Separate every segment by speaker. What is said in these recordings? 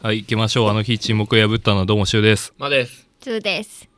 Speaker 1: はい、行きましょう。あの日沈黙を破ったのはどうもしゅうです。
Speaker 2: まあです。
Speaker 3: 2です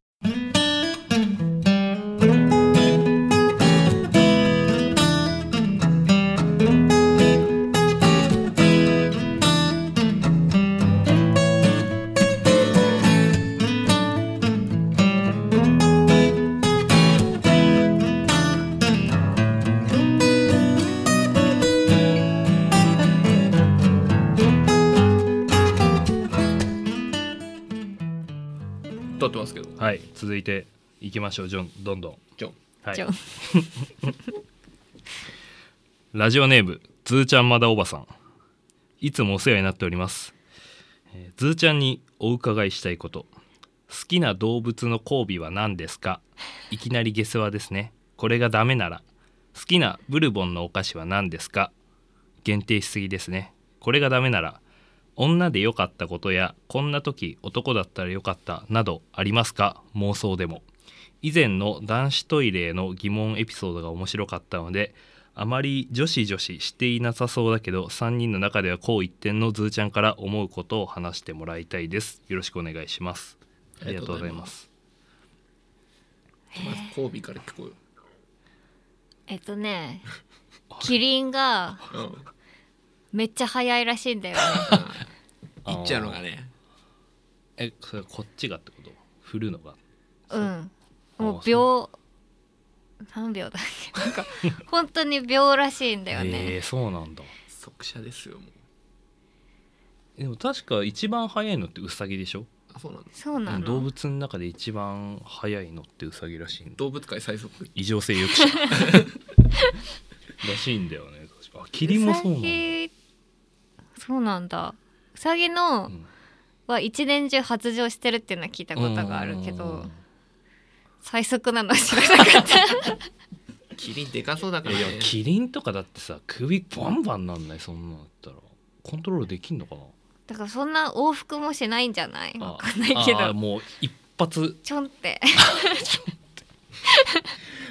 Speaker 2: 撮ってますけど。
Speaker 1: はい、続いて行きましょう。ジョン、どんどん。
Speaker 2: ジョン。
Speaker 1: はい
Speaker 3: ジョン。
Speaker 1: ラジオネーム、ズーちゃんまだおばさん。いつもお世話になっております。えーズーちゃんにお伺いしたいこと。好きな動物の交尾は何ですかいきなり下世話ですね。これがダメなら。好きなブルボンのお菓子は何ですか限定しすぎですね。これがダメなら。女で良かったことやこんな時男だったら良かったなどありますか妄想でも以前の男子トイレへの疑問エピソードが面白かったのであまり女子女子していなさそうだけど3人の中ではこう一点のズーちゃんから思うことを話してもらいたいですよろしくお願いしますありがとうございます
Speaker 2: まず交尾から聞こうよ。
Speaker 3: えっと ねキリンが
Speaker 2: うん。
Speaker 3: めっちゃ早いらしいんだよね
Speaker 1: あー
Speaker 2: いっちゃうのがね。
Speaker 1: えそれこっちがってこと振るのが
Speaker 3: うん
Speaker 1: そう
Speaker 3: もう秒何秒だっ けなんか本当に秒らしいんだよ
Speaker 1: え
Speaker 3: ね、
Speaker 1: ー、そうなんだ
Speaker 2: 即射ですよ。もう
Speaker 1: でも確か一番早いのってウサギでしょ
Speaker 2: あ、そうなんです。
Speaker 3: そうなの
Speaker 1: 動物の中で一番早いのってウサギらしいんだ
Speaker 2: 動物界最速。
Speaker 1: 異常性抑止 らしいんだよね確かあキリンもそうなん
Speaker 3: ウサ
Speaker 1: だ、
Speaker 3: ギそうなんだウサギの
Speaker 1: うん
Speaker 3: は一年中発情してるっていうのは聞いたことがある
Speaker 1: うんう
Speaker 3: け
Speaker 1: んう
Speaker 3: ど
Speaker 1: ん
Speaker 3: 最速なのは知らなかった
Speaker 2: キリンでかそうだ
Speaker 1: い
Speaker 2: か
Speaker 1: や
Speaker 2: らね。
Speaker 1: いやキリンとかだってさ首バンバンなんないそんなのだったらコントロールできんのかな
Speaker 3: だからそんな往復もしないんじゃない
Speaker 1: あ
Speaker 3: わかんないけ
Speaker 1: あー
Speaker 3: ど
Speaker 1: もう一発
Speaker 3: ちょんって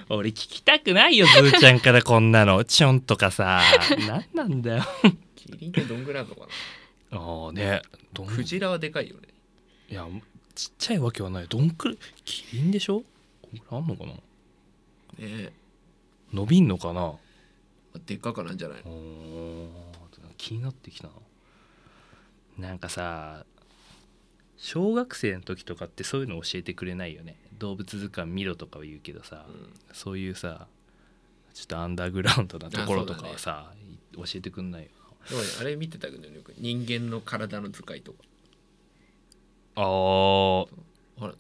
Speaker 1: 俺聞きたくないよズーちゃんからこんなのチョンとか さ何なんだよ
Speaker 2: キリンってどんぐらいあるのか
Speaker 1: ああねどん
Speaker 2: な。クジラはでかいよね。
Speaker 1: いやちっちゃいわけはないどんくらいキリンでしょこれあんのかな
Speaker 2: ねえ
Speaker 1: 伸びんのかな
Speaker 2: まあでっかかなんじゃないの。
Speaker 1: お気になってきたななんかさ小学生の時とかってそういうの教えてくれないよね動物図鑑見ろとかは言うけどさ、
Speaker 2: うん
Speaker 1: そういうさちょっとアンダーグラウンドなところとかはさ、教えてくんないよ
Speaker 2: でもねあれ見てたけどね、よく人間の体の図解とか。
Speaker 1: あー
Speaker 2: あれ、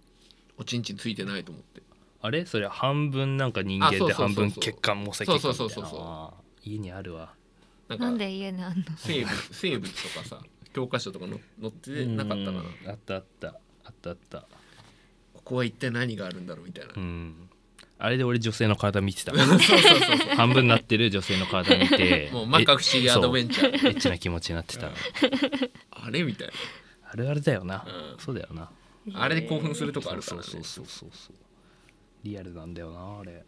Speaker 2: おちんちんついてないと思って。
Speaker 1: あれそれ半分なんか人間
Speaker 2: あそう
Speaker 1: で
Speaker 2: そうそう
Speaker 1: 半
Speaker 2: そう
Speaker 1: 分血管毛細血管みたいな
Speaker 2: そうそうそうそうそう
Speaker 1: あー家にあるわ
Speaker 2: なん
Speaker 3: な
Speaker 2: か
Speaker 3: んで家にあんの
Speaker 2: 生物生物とかさ、教科書とかの載ってなかったかな。
Speaker 1: うんあったあったあったあった
Speaker 2: ここは一体何があるんだろうみたいな。
Speaker 1: うんあれで俺女性の体見てた
Speaker 2: そうそうそうそ
Speaker 1: 半分なってる女性の体見て
Speaker 2: う。 もう摩訶不思議アドベンチャ ー。
Speaker 1: えエッチな気持ちになってた
Speaker 2: あれみたい
Speaker 1: あるあるだよな、
Speaker 2: うん
Speaker 1: そうだよな
Speaker 2: な。あれで興奮するとこあるか
Speaker 1: そ
Speaker 2: ら
Speaker 1: う
Speaker 2: ね。
Speaker 1: そうそうそうそうリアルなんだよなあれ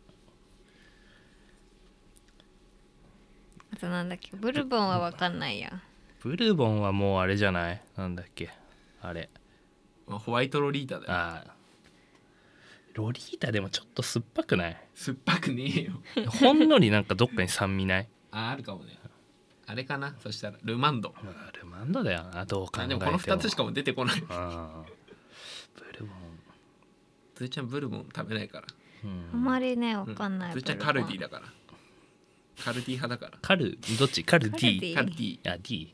Speaker 3: あとなんだっけブルボンはわかんないや
Speaker 1: ブルボンはもうあれじゃないなんだっけあれ
Speaker 2: まあホワイトロリータだよ。
Speaker 1: あーロリータでもちょっと酸っぱく ない
Speaker 2: 酸っぱくねえよ。
Speaker 1: ほんのりなんかどっかに酸味ない
Speaker 2: あ、あるかもね。あれかなそしたら、ルマンド。
Speaker 1: あルマンドだよなどう考え
Speaker 2: あ
Speaker 1: て
Speaker 2: で
Speaker 1: も
Speaker 2: もこの2つしかも出てこない。
Speaker 1: うんブルボン
Speaker 2: ずーちゃんブルボン食べないから。
Speaker 1: うん
Speaker 3: あんまりねわ
Speaker 2: うん
Speaker 3: かんない
Speaker 2: ずーちゃん
Speaker 3: ブル
Speaker 2: カ
Speaker 3: ボン
Speaker 2: ルディだから。カルディ派だから。
Speaker 1: カルどっちカル D
Speaker 3: カル D
Speaker 2: カルディ。
Speaker 1: あ D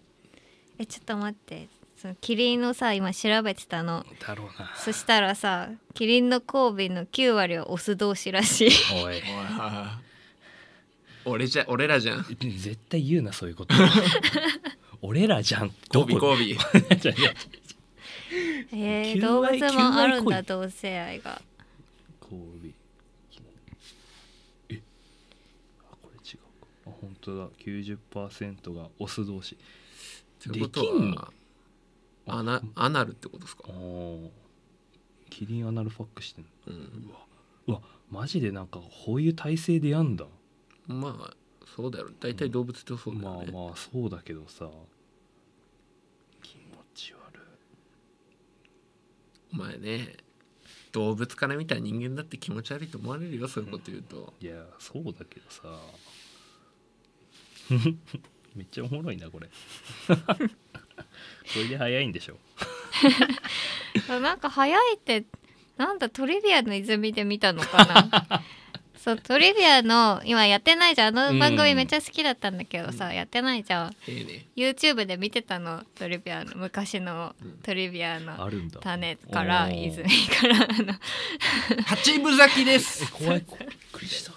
Speaker 3: えちょっと待ってそのキリンのさ今調べてたの
Speaker 1: だろうな
Speaker 3: そしたらさキリンの交尾の9割はオス同士 らしい
Speaker 1: おい
Speaker 2: おい俺じゃ俺らじゃん。
Speaker 1: 絶対言うなそういうこと俺らじゃん
Speaker 2: ゴ
Speaker 1: ど
Speaker 2: 尾
Speaker 1: こ
Speaker 2: ゴビ。
Speaker 1: じゃ じゃ
Speaker 3: えー、
Speaker 1: 9
Speaker 3: 動
Speaker 1: 割
Speaker 3: 物もある
Speaker 1: 9割
Speaker 3: ん
Speaker 1: 濃
Speaker 3: だ
Speaker 1: い
Speaker 3: 同性愛が
Speaker 1: 交尾えあこれ違うかあ本当だ90%がオス同士
Speaker 2: ってことは
Speaker 1: できんの
Speaker 2: アナアナルってことですか
Speaker 1: あ。ーキリンアナルファックしてんの
Speaker 2: うん。
Speaker 1: うわマジでなんかこういう体勢でやんだ
Speaker 2: まあそうだよ。大体動物ってそうだよ
Speaker 1: まあ
Speaker 2: ね。
Speaker 1: まあそうだけどさ気持ち悪い
Speaker 2: お前ね動物から見たら人間だって気持ち悪いと思われるよそういうこと言うと、
Speaker 1: いやそうだけどさ めっちゃおもろいなこれこれで早いんでしょ
Speaker 3: あなんか早いってなんだトリビアの泉で見たのか なそうトリビアの今やってないじゃんあの番組めっちゃ好きだったんだけどさ、やってないじゃん
Speaker 2: ええね
Speaker 3: YouTube で見てたのトリビアの昔のトリビアの
Speaker 1: あるんだ
Speaker 3: 種から
Speaker 1: おー
Speaker 3: 泉からあの
Speaker 2: 八分咲きです
Speaker 1: え怖い怖いびっくりした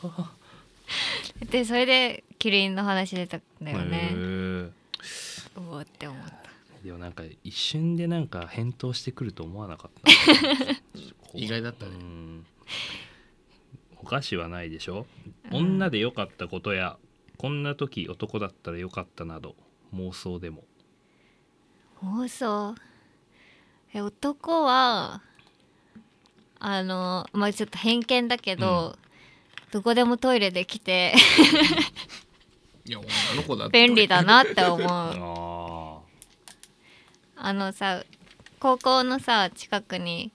Speaker 3: でそれでキリンの話出たんだよ
Speaker 1: へ
Speaker 3: ね
Speaker 1: ー
Speaker 3: おおって思った
Speaker 1: でもなんか一瞬でなんか返答してくると思わなかった
Speaker 2: 意外だったね
Speaker 1: うんお菓子はないでしょ、女で良かったことやこんな時男だったら良かったなど妄想でも
Speaker 3: 妄想え男はあのまあちょっと偏見だけど、どこでもトイレで きて
Speaker 2: いや女の子だって
Speaker 3: 便利だなって思
Speaker 1: あ
Speaker 3: う
Speaker 1: あ
Speaker 3: あのさ高校のさ近くに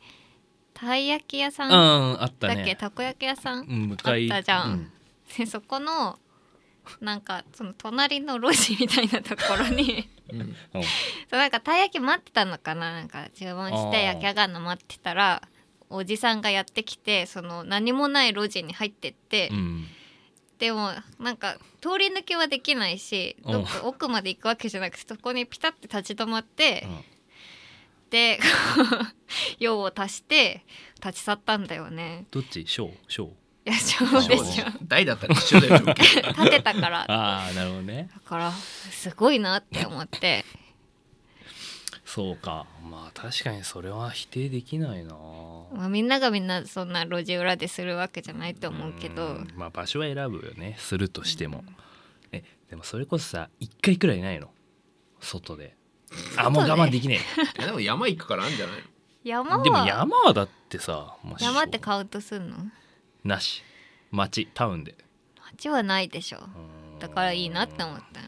Speaker 3: たい焼き屋さん
Speaker 1: う
Speaker 3: だっ
Speaker 1: んあった
Speaker 3: け、
Speaker 1: ね
Speaker 3: たこ焼き屋さん、
Speaker 1: うん向かい
Speaker 3: あったじゃん
Speaker 1: うん
Speaker 3: でそこのなんかその隣の路地みたいなところに
Speaker 2: うん
Speaker 1: うん
Speaker 3: そうなんかたい焼き待ってたのかななんか注文し
Speaker 1: あー
Speaker 3: て焼き上がるの待ってたらおじさんがやってきてその何もない路地に入ってって、
Speaker 1: うん
Speaker 3: でもなんか通り抜けはできないし
Speaker 1: うん
Speaker 3: どっか奥まで行くわけじゃなくてそこにピタッて立ち止まって、
Speaker 1: うん
Speaker 3: で こう用を足して立ち去ったんだよね。
Speaker 1: どっち小小
Speaker 3: いやそうでしょ
Speaker 2: 大だったら一緒だよ条件
Speaker 3: 立てたからだ
Speaker 1: ああなるほどね
Speaker 3: からすごいなって思って
Speaker 1: そうかまあ確かにそれは否定できないな
Speaker 3: まあ、みんながみんなそんな路地裏でするわけじゃないと思うけど
Speaker 1: んまあ場所は選ぶよねするとしても、えでもそれこそさ1回くらいないの外であもう我慢できね
Speaker 2: いやでも山行くからあんじゃないの
Speaker 3: 山
Speaker 1: えでも
Speaker 3: は
Speaker 1: 山はだってさ、まあ
Speaker 3: 山ってカウントすんの
Speaker 1: なし町タウンで
Speaker 3: 街はないでしょ
Speaker 1: うん
Speaker 3: だからいいなって思ったの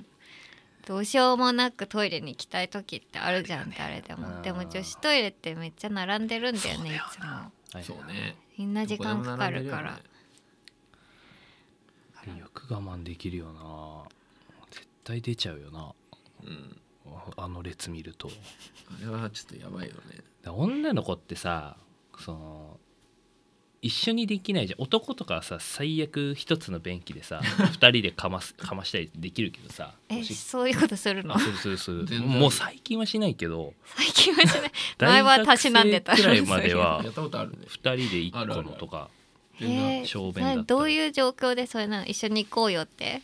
Speaker 3: どうしようもなくトイレに行きたい時ってあるじゃん誰で
Speaker 1: あ
Speaker 3: も
Speaker 1: ー
Speaker 3: でも女子トイレってめっちゃ並んでるんだよ
Speaker 1: そうだ
Speaker 3: ねい
Speaker 1: よ
Speaker 3: つも
Speaker 1: はい
Speaker 2: そうね
Speaker 3: みんな時間かかるから
Speaker 2: どこ
Speaker 1: よく我慢できるよな絶対出ちゃうよな
Speaker 2: でも並んでるよね
Speaker 1: あの列見ると
Speaker 2: うんあれはちょっとやばいよね
Speaker 1: だ女の子ってさその一緒にできないじゃん男とかはさ最悪一つの便器で さ二人でかますかましたりできるけどさ
Speaker 3: え
Speaker 1: もし
Speaker 3: そういうことするの
Speaker 1: あするするする
Speaker 2: 全然
Speaker 1: もう最近はしないけど
Speaker 3: 最近はし ない前は
Speaker 1: 大学生
Speaker 3: たしなんでた
Speaker 1: くらいまで
Speaker 2: や
Speaker 1: は
Speaker 2: ったことあるね
Speaker 1: 二人で一個のとか
Speaker 2: 全然
Speaker 3: えー
Speaker 1: 小便だったり
Speaker 3: などういう状況でそれなの一緒に行こうよって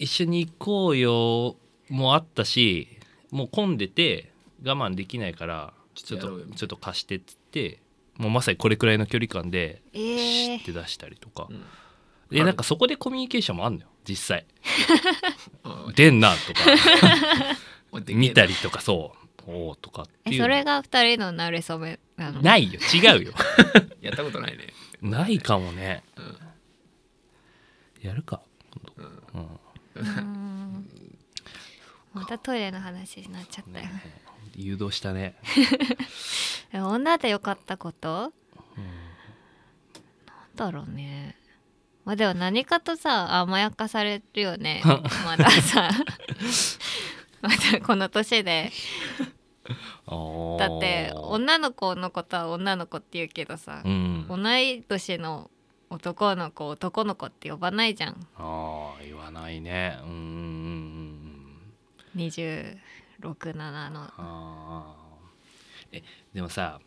Speaker 1: 一緒に行こうよもあったしもう混んでて我慢できないからち
Speaker 2: ち
Speaker 1: ょ
Speaker 2: ょ
Speaker 1: っ
Speaker 2: っとやろう
Speaker 1: と
Speaker 2: よ
Speaker 1: ちょっと貸してっつってもうまさにこれくらいの距離感で
Speaker 3: え
Speaker 1: シ
Speaker 3: ー
Speaker 1: ッて出したりとか
Speaker 2: う。ん
Speaker 1: でなんかそこでコミュニケーションもあんのよ実際
Speaker 2: あ
Speaker 1: 出んなと か
Speaker 2: おいでけえな
Speaker 1: 見たりとかそうおおとかって
Speaker 3: え
Speaker 1: いう
Speaker 3: それが二人の馴れ初めなの
Speaker 1: ないよ違うよ
Speaker 2: やったことないね
Speaker 1: ないかもね
Speaker 2: うん
Speaker 1: やるか、
Speaker 2: うん
Speaker 1: うん
Speaker 3: うーんまたトイレの話になっちゃったよ、
Speaker 1: ね誘導したね、
Speaker 3: え女でよかったこと
Speaker 1: うん
Speaker 3: なんだろうねまあでも何かとさ甘やかされるよ ねまださ まだこの年で
Speaker 1: あー
Speaker 3: だって女の子のことは女の子って言うけどさ
Speaker 1: う、ん
Speaker 3: 同い年の男の子を男の子って呼ばないじゃん
Speaker 1: あー言わないねうんうんうんうん
Speaker 3: 267の
Speaker 1: あーえでもさ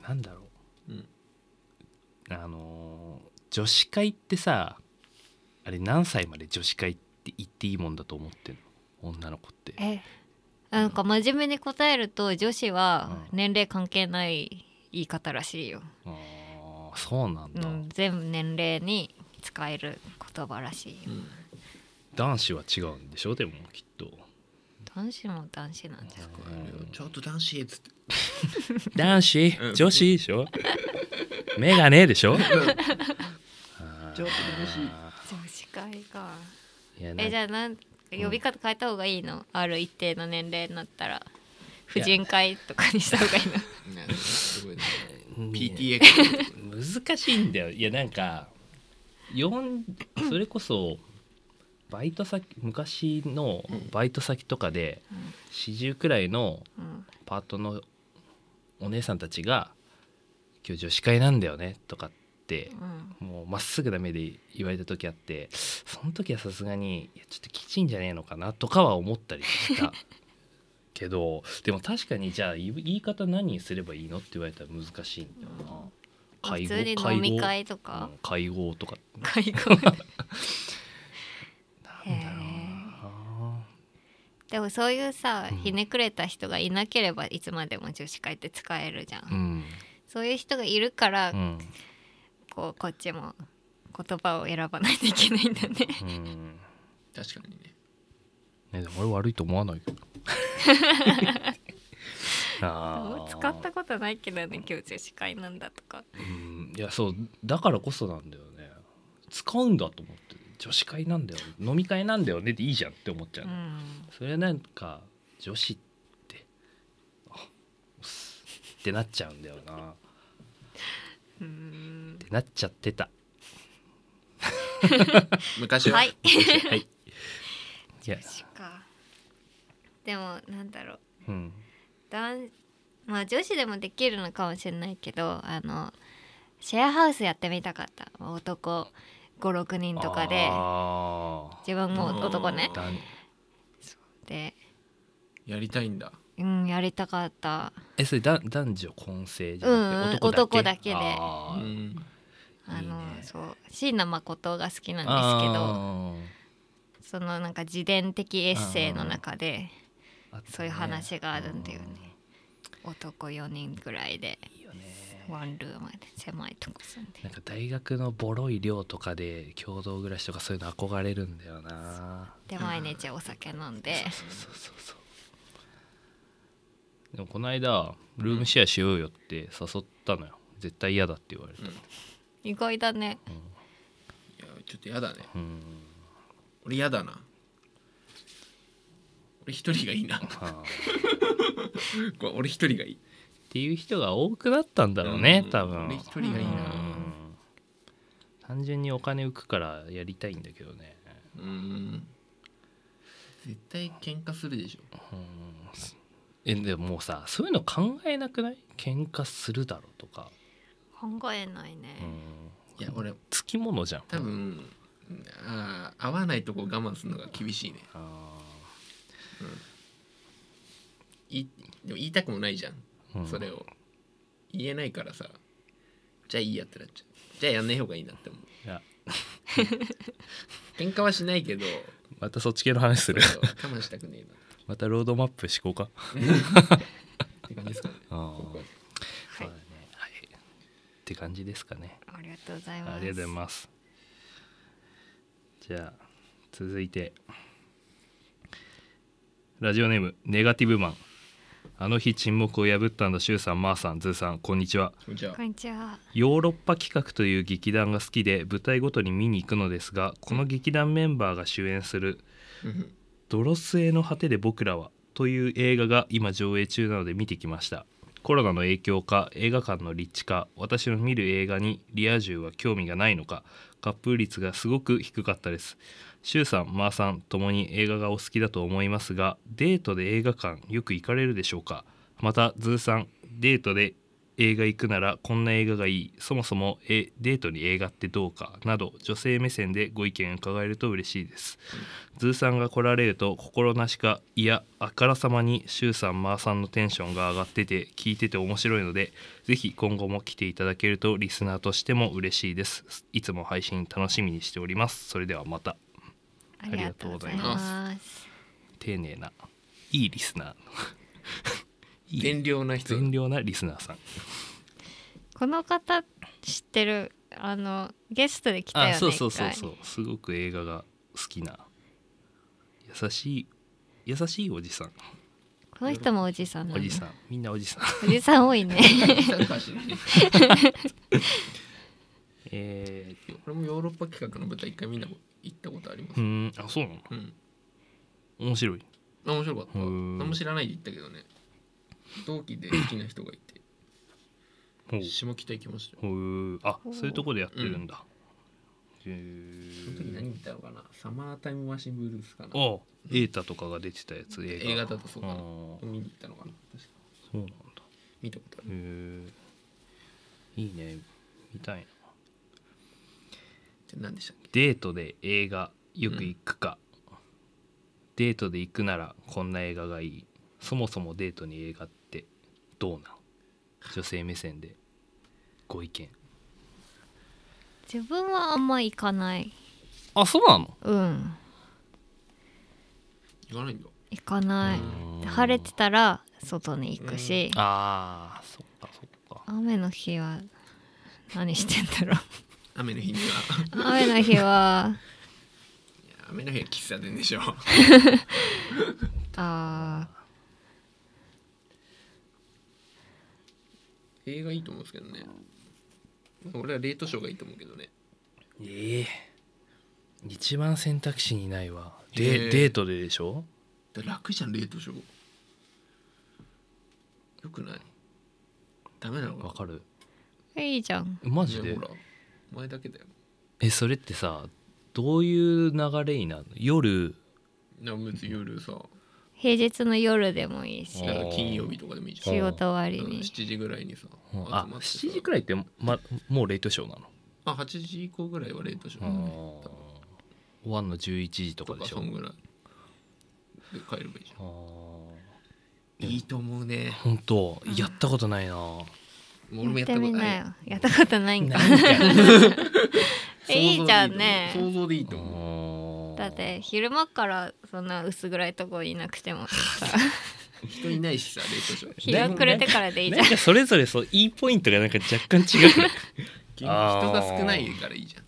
Speaker 1: なんだろう
Speaker 2: うん
Speaker 1: あのー女子会ってさあれ何歳まで女子会って言っていいもんだと思ってんの女の子って
Speaker 3: えなんか真面目に答えると女子は
Speaker 1: うん
Speaker 3: 年齢関係ない言い方らしいよ、
Speaker 1: あーそうなん
Speaker 3: う
Speaker 1: だ、
Speaker 3: ん、全部年齢に使える言葉らしいよ
Speaker 2: うん
Speaker 1: 男子は違うんでしょでもきっと
Speaker 3: 男子も男子なんじゃん
Speaker 2: ちょっと男子っつって
Speaker 1: 男子
Speaker 2: うん
Speaker 1: 女子でしょ眼鏡でしょ
Speaker 2: ちょっと
Speaker 3: 女子会か
Speaker 1: いやなん
Speaker 3: えじ
Speaker 1: か
Speaker 3: ゃあなん呼び方変えた方がいいの、ある一定の年齢になったら婦人会とかにした方がいいな
Speaker 2: なんかすごいね
Speaker 1: PTA
Speaker 2: PTA
Speaker 1: 難しいんだよいやなんかよんそれこそバイト先昔のバイト先とかで
Speaker 3: うん
Speaker 1: 40くらいの
Speaker 3: うん
Speaker 1: パートのお姉さんたちが「今日女子会なんだよね」とかって
Speaker 3: うん
Speaker 1: もうまっすぐな目で言われた時あってその時はさすがにいやちょっときちいんじゃねえのかなとかは思ったりしたけどでも確かにじゃあ言い言い方何にすればいいのって言われたら難しいんだよな。
Speaker 3: 普通に飲み会と
Speaker 1: 会合,、う
Speaker 3: か
Speaker 1: ん、会合とか
Speaker 3: 会 合で
Speaker 1: なんだろうな
Speaker 3: でもそういうさ
Speaker 1: うん
Speaker 3: ひねくれた人がいなければいつまでも女子会って使えるじゃん、
Speaker 1: うん、
Speaker 3: そういう人がいるから、
Speaker 1: うん
Speaker 3: こうこっちも言葉を選ばないといけないんだね
Speaker 1: うん
Speaker 2: 確かにね
Speaker 1: ね、でも俺悪いと思わない けど。あー
Speaker 3: 使ったことないけどね今日女子会なんだとか
Speaker 1: うんいやそうだからこそなんだよね使うんだと思って女子会なんだよ飲み会なんだよねでいいじゃんって思っちゃう、
Speaker 3: うん
Speaker 1: それなんか女子ってあうっすってなっちゃうんだよなっ
Speaker 3: うん
Speaker 1: てなっちゃってた
Speaker 2: 昔は、
Speaker 3: はい
Speaker 1: はいいや
Speaker 3: 女子かでもなんだろう
Speaker 1: うん
Speaker 3: 男まあ女子でもできるのかもしれないけどあのシェアハウスやってみたかった男56人とかで
Speaker 1: あ
Speaker 3: 自分 も男ね
Speaker 1: ーだん
Speaker 3: で、
Speaker 2: やりたいんだ
Speaker 3: うん、やりたかった
Speaker 1: えそれだ男女混成じゃ
Speaker 3: うんうん
Speaker 1: なくて男だけ,
Speaker 3: 男だけ
Speaker 2: う
Speaker 3: で
Speaker 1: あー、
Speaker 2: ん
Speaker 3: あの
Speaker 1: いいね
Speaker 3: そう椎名誠が好きなんですけど
Speaker 1: あ
Speaker 3: そのなんか自伝的エッセイの中で
Speaker 1: ーあったね
Speaker 3: そういう話があるんだよね男4人ぐらいで
Speaker 1: うんいいよね
Speaker 3: ワンルームで狭いとこ住んで
Speaker 1: なんか大学のボロい寮とかで共同暮らしとかそういうの憧れるんだよな
Speaker 3: で毎日お酒飲んで
Speaker 1: そうそうそうそうでもこの間ルームシェアしようよって誘ったのよ絶対嫌だって言われた、
Speaker 3: 意外だね
Speaker 2: いやちょっとやだね
Speaker 1: うん、
Speaker 2: 俺やだな俺一人がいいな
Speaker 1: はあ
Speaker 2: これ俺一人がいい
Speaker 1: っていう人が多くなったんだろうね、
Speaker 2: ん
Speaker 1: 多分
Speaker 2: 俺一人がいいな
Speaker 1: うん単純にお金浮くからやりたいんだけどね
Speaker 2: うん絶対喧嘩するでしょ
Speaker 1: うんえでももうさそういうの考えなくない喧嘩するだろうとか、
Speaker 3: 考えないね、
Speaker 1: うん、
Speaker 2: いや俺
Speaker 1: つきものじゃん
Speaker 2: 多分あー合わないとこ我慢するのが厳しいね
Speaker 1: あ
Speaker 2: いでも言いたくもないじゃん、
Speaker 1: ー、うん
Speaker 2: それを言えないからさじゃあいいやってなっちゃうじゃあやんない方がいいなって思う
Speaker 1: いや
Speaker 2: 喧嘩はしないけど
Speaker 1: またそっち系の話する
Speaker 2: そう我慢したくねえな
Speaker 1: またロードマップ思考か
Speaker 2: って感じですかね
Speaker 1: あ
Speaker 2: ここは
Speaker 1: そうだねはいって感じですかね
Speaker 3: ありがとうございます。
Speaker 1: ありがとうございますじゃあ続いてラジオネームネガティブマンあの日沈黙を破ったんだシュウさんマーさんズーさんこんにちは
Speaker 2: じゃあ
Speaker 3: こんにちは。
Speaker 1: ヨーロッパ企画という劇団が好きで舞台ごとに見に行くのですがこの劇団メンバーが主演する
Speaker 2: うん
Speaker 1: 「ドロスへの果てで僕らは」という映画が今上映中なので見てきましたコロナの影響か映画館の立地か私の見る映画にリア充は興味がないのかカップ率がすごく低かったですシュウさんマーさんともに映画がお好きだと思いますがデートで映画館よく行かれるでしょうかまたズーさんデートで映画行くならこんな映画がいいそもそもえデートに映画ってどうかなど女性目線でご意見伺えると嬉しいですズーさんが来られると心なしかいやあからさまにシュウさんマーさんのテンションが上がってて聞いてて面白いのでぜひ今後も来ていただけるとリスナーとしても嬉しいですいつも配信楽しみにしておりますそれではまた
Speaker 3: ありがとうございます。
Speaker 1: 丁寧 ないいリスナーいい
Speaker 2: 善良な人
Speaker 1: 善良なリスナーさん
Speaker 3: この方知ってるあのゲストで来たよね。
Speaker 1: あそうそうそう
Speaker 3: 一
Speaker 1: そ
Speaker 3: 回
Speaker 1: うすごく映画が好きな優しい優しいおじさん
Speaker 3: この人もおじさんなの。
Speaker 1: おじさんみんなおじさん
Speaker 3: おじさん多いね。
Speaker 1: え
Speaker 2: 俺もヨーロッパ企画の舞台一回みんなも行ったことありま
Speaker 1: ー、う
Speaker 2: す
Speaker 1: んあそうなの
Speaker 2: うん
Speaker 1: 面白い
Speaker 2: あ面白かった
Speaker 1: へー
Speaker 2: 何も知らないで行ったけどね同期で好きな人がいて
Speaker 1: ほう
Speaker 2: 下北行きましたよ
Speaker 1: ほうあそういうとこでやってるんだ、へ
Speaker 2: その時
Speaker 1: え
Speaker 2: 何見たのかなサマータイムマシンブルースかな
Speaker 1: あエータとかが出てたやつ映画
Speaker 2: 映画だとそうかな
Speaker 1: あー
Speaker 2: 見に行ったのかな確か
Speaker 1: そうなんだ
Speaker 2: 見たことある
Speaker 1: へえいいね見たいな
Speaker 2: じゃあ何でしたっけ
Speaker 1: デートで映画よく行くか、デートで行くならこんな映画がいいそもそもデートに映画ってどうなん女性目線でご意見
Speaker 3: 自分はあんま行かない
Speaker 1: あそうなの
Speaker 3: うん
Speaker 2: 行かないんだ
Speaker 3: 行かな
Speaker 2: う
Speaker 3: い
Speaker 1: うん
Speaker 3: 晴れてたら外に行くし、
Speaker 1: あーそっかそっか
Speaker 3: 雨の日は何してんだろ
Speaker 2: 雨の日に は
Speaker 3: う 雨の日はい
Speaker 2: や雨の日は喫茶店でしょ
Speaker 3: あ
Speaker 2: 映画いいと思うんですけどね俺はレートショーがいいと思うけどね
Speaker 1: ええ一番選択肢にないわ
Speaker 2: へ
Speaker 1: で
Speaker 2: え
Speaker 1: デートででしょ
Speaker 2: だ楽じゃんレートショーよくないダメなの
Speaker 1: わ
Speaker 2: か
Speaker 1: かる
Speaker 3: ーいいじゃん
Speaker 1: マ
Speaker 2: マ
Speaker 1: ジで
Speaker 2: ほらお前だけだよ
Speaker 1: えそれってさどういう流れになるの夜
Speaker 2: な別に夜さ
Speaker 3: 平日の夜でもいいし
Speaker 1: あー
Speaker 2: 金曜日とかでもいいじゃん
Speaker 1: あ
Speaker 3: 仕事終わり
Speaker 2: うん
Speaker 3: に
Speaker 2: 7時ぐらいにさ
Speaker 1: あ
Speaker 2: 集まってさ
Speaker 1: 7時くらいって、ま、もうレイトショーなの
Speaker 2: あ8時以降ぐらいはレートショーだね多分
Speaker 1: 終わんの11時とか
Speaker 2: と
Speaker 1: で
Speaker 2: か
Speaker 1: し
Speaker 2: そ
Speaker 1: ょ
Speaker 2: んぐらいで帰ればいいじ
Speaker 1: あー
Speaker 2: ゃんいいと思うね
Speaker 1: 本当やったことないな
Speaker 2: 俺もやっ
Speaker 3: やっ
Speaker 2: た
Speaker 3: て
Speaker 2: こ
Speaker 3: み
Speaker 2: と
Speaker 3: な
Speaker 2: ない
Speaker 3: よやったことないんか
Speaker 2: 想像でいいと思う
Speaker 3: いいじゃんね
Speaker 2: 想像でいい
Speaker 1: あ
Speaker 2: と思
Speaker 1: ー
Speaker 2: う
Speaker 3: だって昼間からそんな薄暗いとこいなくてもさ
Speaker 2: 人いないしさレートショー
Speaker 3: 日が暮れてからでいいじ
Speaker 1: な
Speaker 3: ゃん
Speaker 1: んかそれぞれそういいポイントがなんか若干違う
Speaker 2: 人が少ないからいいじゃん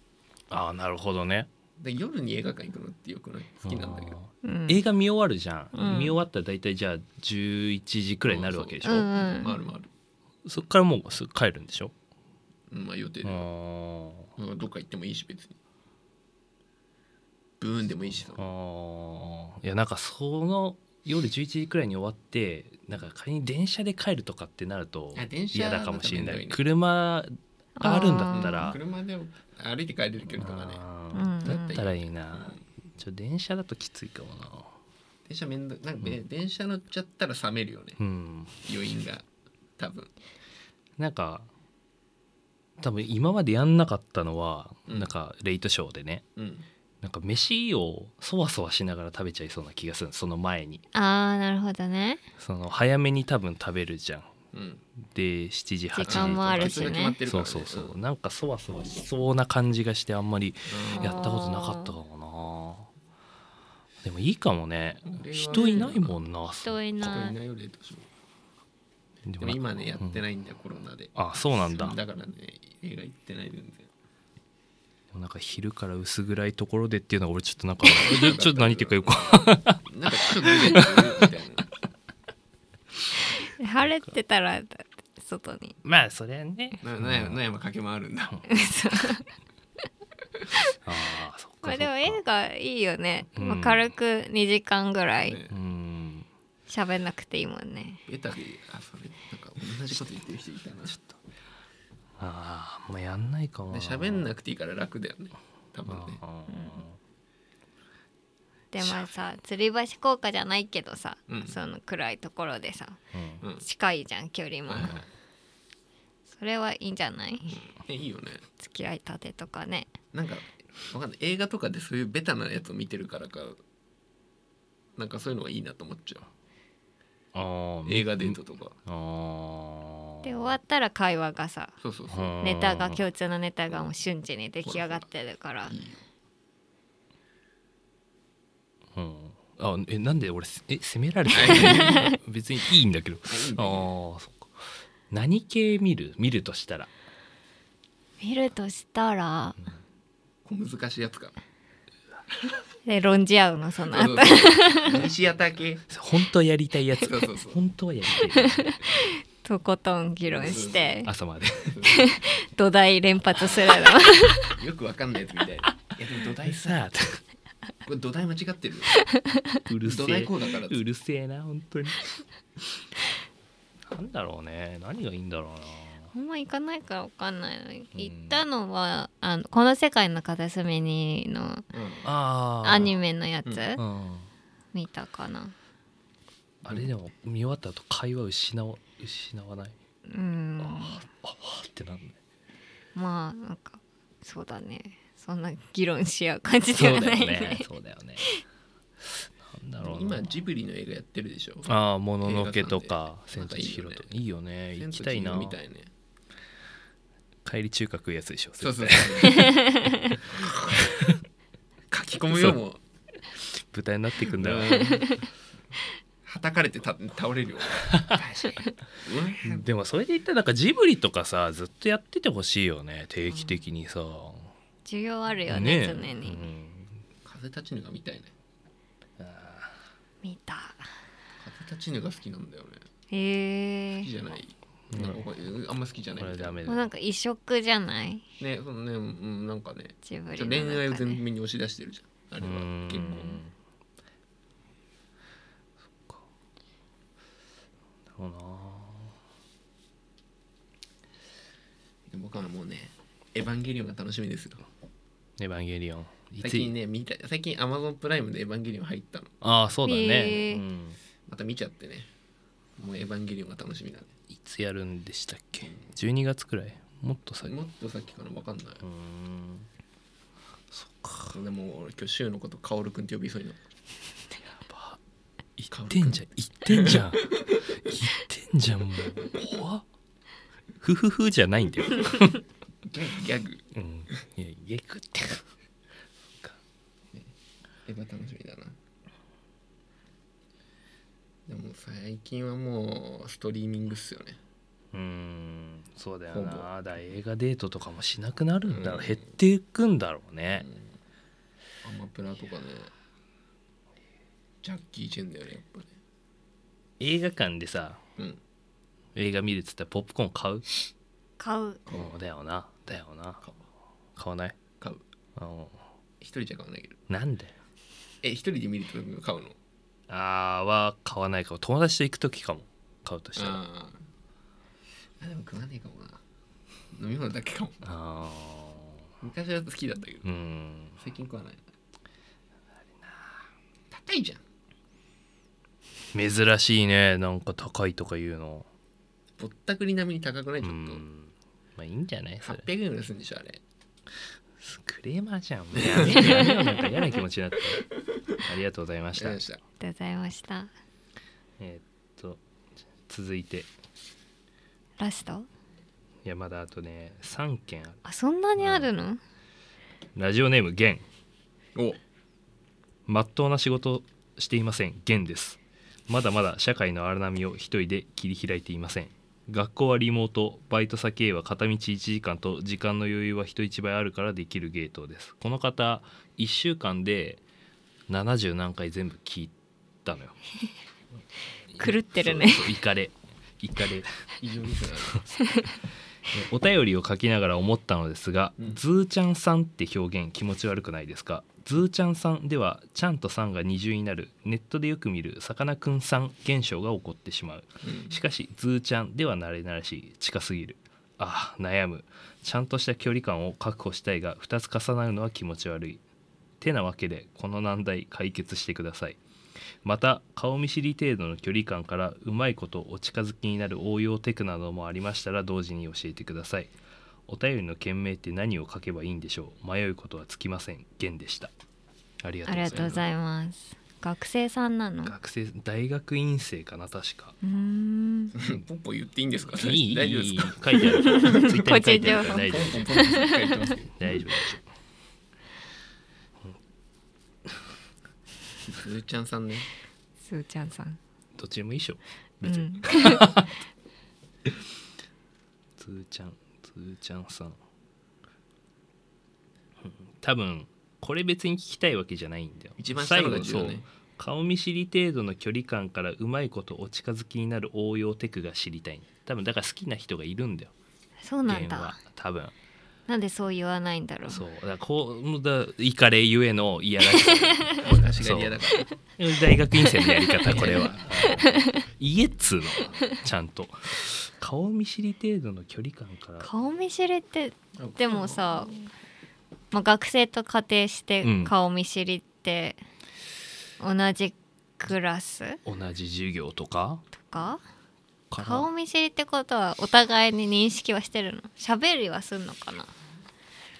Speaker 1: ああなるほどね
Speaker 2: で夜に映画館行くのってよくない好きなんだけど
Speaker 3: うん
Speaker 1: 映画見終わるじゃん、
Speaker 3: うん
Speaker 1: 見終わったら大体じゃあ11時くらいになるわけでしょ、
Speaker 3: うんうん
Speaker 2: 回る回る
Speaker 1: そっからもうすぐ帰るんでしょ、
Speaker 2: うんまあ予定
Speaker 1: あ
Speaker 2: で
Speaker 1: ー
Speaker 2: うんどっか行ってもいいし別にブーンでもいいしさ
Speaker 1: あーいやなんかその夜11時くらいに終わってなんか仮に電車で帰るとかってなると
Speaker 2: あ電車
Speaker 1: 嫌だかもしれな
Speaker 2: だと
Speaker 1: い
Speaker 2: 面倒いね
Speaker 1: 車があるんだったら
Speaker 2: 車でも歩いて帰れる距離とかね
Speaker 1: あー
Speaker 3: うん
Speaker 1: だったらいいなちょ電車だときついかもな
Speaker 2: 電車めんどなんかね、電車乗っちゃったら冷めるよね
Speaker 1: うん
Speaker 2: 余韻が多分
Speaker 1: なんか多分今までやんなかったのは、
Speaker 2: うん
Speaker 1: なんかレイトショーでね
Speaker 2: うん
Speaker 1: なんか飯をそわそわしながら食べちゃいそうな気がするその前に
Speaker 3: あーなるほどね
Speaker 1: その早めに多分食べるじゃん
Speaker 2: うん
Speaker 1: で7時8時とか
Speaker 3: 時間もあるし
Speaker 2: 決まってるか
Speaker 1: そ
Speaker 2: ら、
Speaker 1: う
Speaker 2: ね、
Speaker 1: そうそう
Speaker 2: ん
Speaker 1: なんかそわそわしそうな感じがしてあんまり
Speaker 2: うん
Speaker 1: やったことなかったかもなでもいいかもね
Speaker 2: 俺は
Speaker 1: 人いないもんな
Speaker 3: 人いな
Speaker 2: 人い
Speaker 3: い
Speaker 2: ないよ冷凍食
Speaker 1: で
Speaker 2: でも今ねやってないんだよ、コロナで
Speaker 1: あそうなんだ
Speaker 2: だからね映画行ってない全然
Speaker 1: なんか昼から薄暗いところでっていうのが俺ちょっと なんかちょちょっと何言ってるかよくわかん
Speaker 2: なんかちょっと出てるみたいな
Speaker 3: 晴れてたらだって外に
Speaker 1: まあそれはね
Speaker 2: ななやなやま駆け回るんだ
Speaker 3: 嘘
Speaker 1: ああそっかそ
Speaker 3: まあ
Speaker 1: っ
Speaker 3: でも
Speaker 1: か
Speaker 3: 映画いいよね、
Speaker 1: うん
Speaker 3: まあ軽く2時間ぐらい
Speaker 2: ね
Speaker 1: うん
Speaker 3: 喋んなくていいもんね
Speaker 2: ベタであそれなんか同じこと言ってる人いたなちょっと
Speaker 1: ああまあやんないかもな
Speaker 2: 喋んなくていいから楽だよね多分ね
Speaker 1: あ
Speaker 3: でまあさ吊り橋効果じゃないけどさ、
Speaker 2: うん
Speaker 3: その暗いところでさ
Speaker 1: ーうん
Speaker 2: うん
Speaker 3: 近いじゃん距離も、
Speaker 2: はいはい
Speaker 3: それはいいんじゃない
Speaker 2: えいいよね
Speaker 3: 付き合いたてとかね
Speaker 2: なんかわかんない映画とかでそういうベタなやつを見てるからかなんかそういうのがいいなと思っちゃう
Speaker 1: あー
Speaker 2: 映画デートとか
Speaker 1: ああ
Speaker 3: で終わったら会話がさ
Speaker 2: そうそうそう
Speaker 3: ネタが共通のネタがもう瞬時に出来上がってるから
Speaker 2: いいよ
Speaker 1: うんあえなんで俺え責められ てる別にいいんだけど
Speaker 2: あいいね
Speaker 1: ああそっか何系見る見るとしたら
Speaker 3: 見るとしたら
Speaker 2: 小難しいやつか
Speaker 3: で論じ合うのその後
Speaker 2: そうそうそうミニシアター 系
Speaker 1: 本当はやりたいやつ
Speaker 2: そうそうそう
Speaker 1: 本当はやりたいや つ
Speaker 3: とことん議論して
Speaker 1: 朝 まで
Speaker 3: 土台連発するの
Speaker 2: よくわかんないやつみたいないやでも土台
Speaker 1: さ
Speaker 2: これ土台間違ってるよ
Speaker 1: うるせ
Speaker 2: 土台
Speaker 1: え
Speaker 2: こうだからっつって
Speaker 1: うるせえな本当になんだろうね何がいいんだろうな
Speaker 3: ほんま行かないから分かんないの
Speaker 1: うん
Speaker 3: 行ったのは「あのこの世界の片隅に」の
Speaker 2: うん
Speaker 1: あ
Speaker 3: アニメのやつ、
Speaker 2: うん
Speaker 1: うん
Speaker 3: 見たかな
Speaker 1: あれでも見終わった後会話失わ失わない、
Speaker 3: うん
Speaker 1: あーあーってなんね
Speaker 3: まあなんかそうだねそんな議論し合う感じ
Speaker 1: そ
Speaker 3: で
Speaker 1: う
Speaker 3: は
Speaker 1: だ
Speaker 3: な
Speaker 1: よ
Speaker 3: いね
Speaker 1: ねそうだよねなんだろうな
Speaker 2: 今ジブリの映画やってるでしょ
Speaker 1: ああもののけとか「
Speaker 2: 映画
Speaker 1: 千
Speaker 2: 館
Speaker 1: と
Speaker 2: で
Speaker 1: 千尋」とかいいよね行
Speaker 2: 千
Speaker 1: き
Speaker 2: と
Speaker 1: たい
Speaker 2: 千
Speaker 1: な
Speaker 2: 尋みたいね
Speaker 1: 帰り中華食うやつでしょ
Speaker 2: そうそう
Speaker 1: 絶
Speaker 2: そ
Speaker 1: 対
Speaker 2: う 書き込むよもう
Speaker 1: 舞台になっていくんだよ
Speaker 2: はたかれてた倒れるよ う ん
Speaker 1: でもそれで言ったらなんかジブリとかさずっとやっててほしいよね定期的にさ、
Speaker 3: 需要あるよね常
Speaker 1: え
Speaker 3: に、
Speaker 2: 風立ちぬが見たいね
Speaker 1: うんあ
Speaker 3: 見た
Speaker 2: 風立ちぬが好きなんだよね
Speaker 3: へ
Speaker 2: 好
Speaker 3: え
Speaker 2: きじゃない
Speaker 1: うん
Speaker 2: なんかあんま好きじゃ
Speaker 1: ー
Speaker 2: ない
Speaker 1: これ
Speaker 2: みた
Speaker 1: ダ
Speaker 2: いな
Speaker 1: メ
Speaker 3: もうな
Speaker 1: だ
Speaker 3: んか異色じゃない
Speaker 2: ねそのねうんなんかね
Speaker 3: ジブ
Speaker 2: ち
Speaker 3: リ
Speaker 2: ょ恋
Speaker 3: の中で
Speaker 2: 愛を全面に押し出してるじゃんあれ
Speaker 1: う
Speaker 2: は
Speaker 1: ん
Speaker 2: 結構
Speaker 1: そっかなんだろ
Speaker 2: で僕はもうねエヴァンゲリオンが楽しみですよ
Speaker 1: うなエヴァンゲリオンい
Speaker 2: 最
Speaker 1: つい
Speaker 2: 近ね見た最近アマゾンプライムでエヴァンゲリオン入ったの
Speaker 1: ああそうだね、
Speaker 3: へー
Speaker 1: うん、
Speaker 2: また見ちゃってねもうエヴァンゲリオンが楽しみだね
Speaker 1: いつやるんでしたっけ12月くらいもっと先
Speaker 2: もっとさっきから分かんな
Speaker 1: うーん
Speaker 2: いでも俺今日柊のことカオルくんって呼びそうになった
Speaker 1: 言ってんじゃん言ってんじゃん言ってんじゃんもう怖っふふふじゃないんだよ、
Speaker 2: ギャギャグ
Speaker 1: うん、いやゲクって
Speaker 2: エヴァ楽しみだなでも最近はもうストリーミングっすよね
Speaker 1: うーんそうだよ
Speaker 2: ほぼ
Speaker 1: なだから映画デートとかもしなくなるんだろう、
Speaker 2: うん
Speaker 1: 減っていくんだろうね、
Speaker 2: アマプラとかねジャッキー・チェンだよねやっぱね
Speaker 1: 映画館でさ
Speaker 2: うん
Speaker 1: 映画見るっつったらポップコーン買う、
Speaker 3: 買う
Speaker 2: 買う
Speaker 1: うんだよなだよな
Speaker 2: 買う
Speaker 1: 買わない
Speaker 2: 買う
Speaker 1: うん
Speaker 2: 一人じゃ買わないけど
Speaker 1: なんで
Speaker 2: え一人で見ると買うの
Speaker 1: あーは買わないかも友達と行く時かも買うとしたらあ
Speaker 2: あーあでも食わねえかもな飲み物だけかも
Speaker 1: あ
Speaker 2: 昔は好きだったけど
Speaker 1: ーうん
Speaker 2: 最近食わない高いじゃん
Speaker 1: 珍しいねなんか高いとか言うの
Speaker 2: ぼったくり並みに高くないうちょっと
Speaker 1: んまあいいんじゃないそれ
Speaker 2: 800円ぐらいするんでしょあれ
Speaker 1: クレーマーじゃんもうやめてやめようなんか嫌な気持ちになって ありがとうございました
Speaker 2: ありがとうございました
Speaker 3: ありがとうござい
Speaker 1: え
Speaker 3: ました
Speaker 1: ーっと続いて
Speaker 3: ラスト
Speaker 1: いやまだあとね3件ある
Speaker 3: あそんなにあるの、
Speaker 1: ラジオネームゲン
Speaker 2: お
Speaker 1: まっとうな仕事をしていません現ですまだまだ社会の荒波を一人で切り開いていません学校はリモートバイト先へは片道1時間と時間の余裕は人一倍あるからできるゲートですこの方1週間で70何回全部聞いたのよ
Speaker 3: 狂ってるね
Speaker 1: そうそうイカレイカレ
Speaker 2: 異常で すね
Speaker 1: お便りを書きながら思ったのですが「
Speaker 2: うん
Speaker 1: ズーちゃんさん」って表現気持ち悪くないですか「ズーちゃんさん」では「ちゃん」と「さん」が二重になるネットでよく見る「さかなクンさん」現象が起こってしまう
Speaker 2: うん
Speaker 1: しかし「ズーちゃん」では慣れ慣れしい近すぎるああ悩むちゃんとした距離感を確保したいが2つ重なるのは気持ち悪いてなわけでこの難題解決してくださいまた顔見知り程度の距離感からうまいことお近づきになる応用テクなどもありましたら同時に教えてくださいお便りの件名って何を書けばいいんでしょう迷うことはつきませんゲンでしたありがと
Speaker 3: あ
Speaker 1: う
Speaker 3: り
Speaker 1: ご
Speaker 3: が
Speaker 1: ざい
Speaker 3: とうご
Speaker 1: ます
Speaker 3: ざいます学生さんなのう
Speaker 1: 学生大学院生かな確か
Speaker 3: ーん
Speaker 2: ポンポン言っていいんですか
Speaker 1: いい
Speaker 2: 大丈夫ですか
Speaker 1: いい書いてあるからツイッターに書いてあるから
Speaker 3: 個
Speaker 1: 大丈夫
Speaker 2: ポンポンポンポンって書いてますけ
Speaker 1: 大丈
Speaker 2: ど
Speaker 1: 夫大丈
Speaker 2: すずちゃんさんね
Speaker 3: すーちゃんさん
Speaker 1: 夫どっちでもいいでしょ
Speaker 3: う
Speaker 1: 別に、
Speaker 3: ん
Speaker 1: つーちゃんつーちゃんさん、うん、多分これ別に聞きたいわけじゃないんだよ
Speaker 2: 一番下のが重
Speaker 1: 最
Speaker 2: 要
Speaker 1: 後
Speaker 2: ね
Speaker 1: そう顔見知り程度の距離感からうまいことお近づきになる応用テクが知りたい多分だから好きな人がいるんだよ
Speaker 3: そうなんだ
Speaker 1: 多分
Speaker 3: なんでそう言わないんだろう
Speaker 1: そうだからこうだ怒れゆえの嫌らしさ
Speaker 2: 確かに嫌だから
Speaker 1: 大学院生のやり方これ は言えっつうのちゃんと顔見知り程度の距離感から
Speaker 3: 顔見知りってでもさ、まあ、学生と仮定して
Speaker 1: うん
Speaker 3: 顔見知りって同じクラス
Speaker 1: 同じ授業とか
Speaker 3: とか
Speaker 1: から
Speaker 3: 顔見知りってことはお互いに認識はしてるの喋りはすんのかな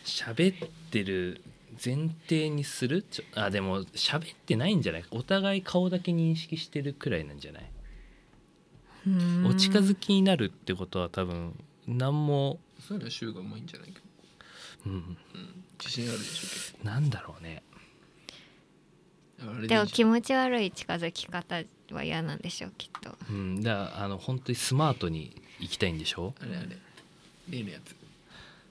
Speaker 1: 喋ってる前提にするちょあでも喋ってないんじゃないお互い顔だけ認識してるくらいなんじゃないう
Speaker 3: ーん
Speaker 1: お近づきになるってことは多分何も、
Speaker 2: そういうのは週がうまいんじゃないか、
Speaker 1: うん、
Speaker 2: うん、自信あるでしょ結
Speaker 1: なんだろうね
Speaker 2: 構あれ
Speaker 3: でも
Speaker 2: しょ
Speaker 3: 気持ち悪い近づき方は嫌なんでしょうきっと
Speaker 1: うん、だからあの本当にスマートに行きたいんでしょ
Speaker 2: あれあれ例のやつ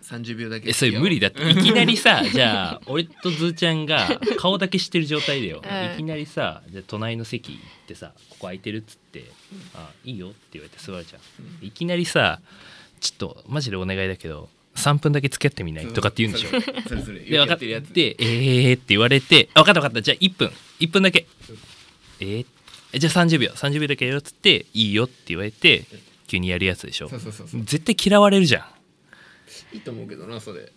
Speaker 2: 30秒だけ
Speaker 1: えそれ無理だっていきなり さじゃあ俺とズーちゃんが顔だけ知ってる状態だよ、
Speaker 3: うん
Speaker 1: いきなりさじゃあ隣の席行ってさ「ここ空いてる」っつって「あいいよ」って言われて座るじゃん
Speaker 2: うん
Speaker 1: いきなりさ「ちょっとマジでお願いだけど3分だけ付き合ってみない?」とかって言うんでしょ
Speaker 2: それそれそれ
Speaker 1: で
Speaker 2: よ
Speaker 1: 分
Speaker 2: く
Speaker 1: か
Speaker 2: や
Speaker 1: っ
Speaker 2: ってる
Speaker 1: て
Speaker 2: や
Speaker 1: 「
Speaker 2: つ
Speaker 1: えー」って言われて「あ分かった分かったじゃあ1分1分だけ
Speaker 2: うん」
Speaker 1: えー「じゃあ30秒30秒だけやろ」っつって「いいよ」って言われて急にやるやつでしょ
Speaker 2: そうそうそうそう
Speaker 1: 絶対嫌われるじゃん
Speaker 2: いいと思うけどなそれ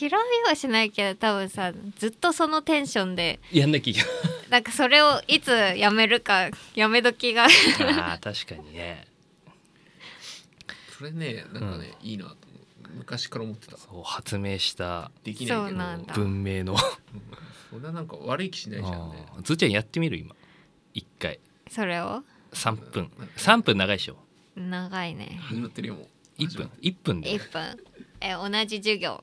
Speaker 3: 嫌いはしないけど多分さずっとそのテンションで
Speaker 1: やんなきゃいけない
Speaker 3: なんかそれをいつやめるかやめ時が
Speaker 1: あー確かにね
Speaker 2: それねなんかね、いいなと思う昔から思ってた
Speaker 1: そう発明した
Speaker 2: できない
Speaker 3: そ
Speaker 2: け
Speaker 3: う
Speaker 2: ど
Speaker 3: なんだ
Speaker 1: 文明の
Speaker 2: そんななんか悪い気しないじゃんね
Speaker 1: あーずーちゃんやってみる今1回
Speaker 3: それを
Speaker 1: 3分3分長いでしょ
Speaker 3: 長 いね
Speaker 2: 始まってるよもう
Speaker 1: 1分1分で
Speaker 3: 1分え同じ授業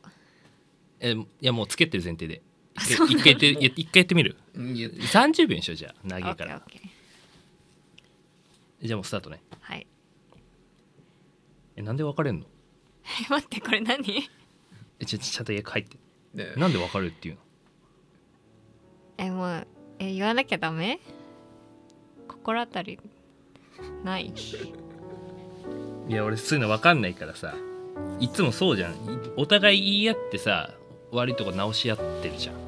Speaker 1: えいやもうつけてる前提で一回やってや一回やってみる
Speaker 2: うんいや
Speaker 1: 30秒にしようじゃあ
Speaker 3: オ
Speaker 1: 長
Speaker 3: ッ
Speaker 1: いか
Speaker 3: ケーオ
Speaker 1: ら
Speaker 3: ッケー
Speaker 1: じゃあもうスタートね
Speaker 3: はい
Speaker 1: えなんで別れんの
Speaker 3: 待ってこれ何
Speaker 1: えちょちょちゃんと家帰って
Speaker 2: ね
Speaker 1: なんで別れるっていうの
Speaker 3: えもうえ言わなきゃダメ心当たりない
Speaker 1: いや俺そういうの分かんないからさいつもそうじゃんいお互い言い合ってさ悪いとこ直し合ってるじゃん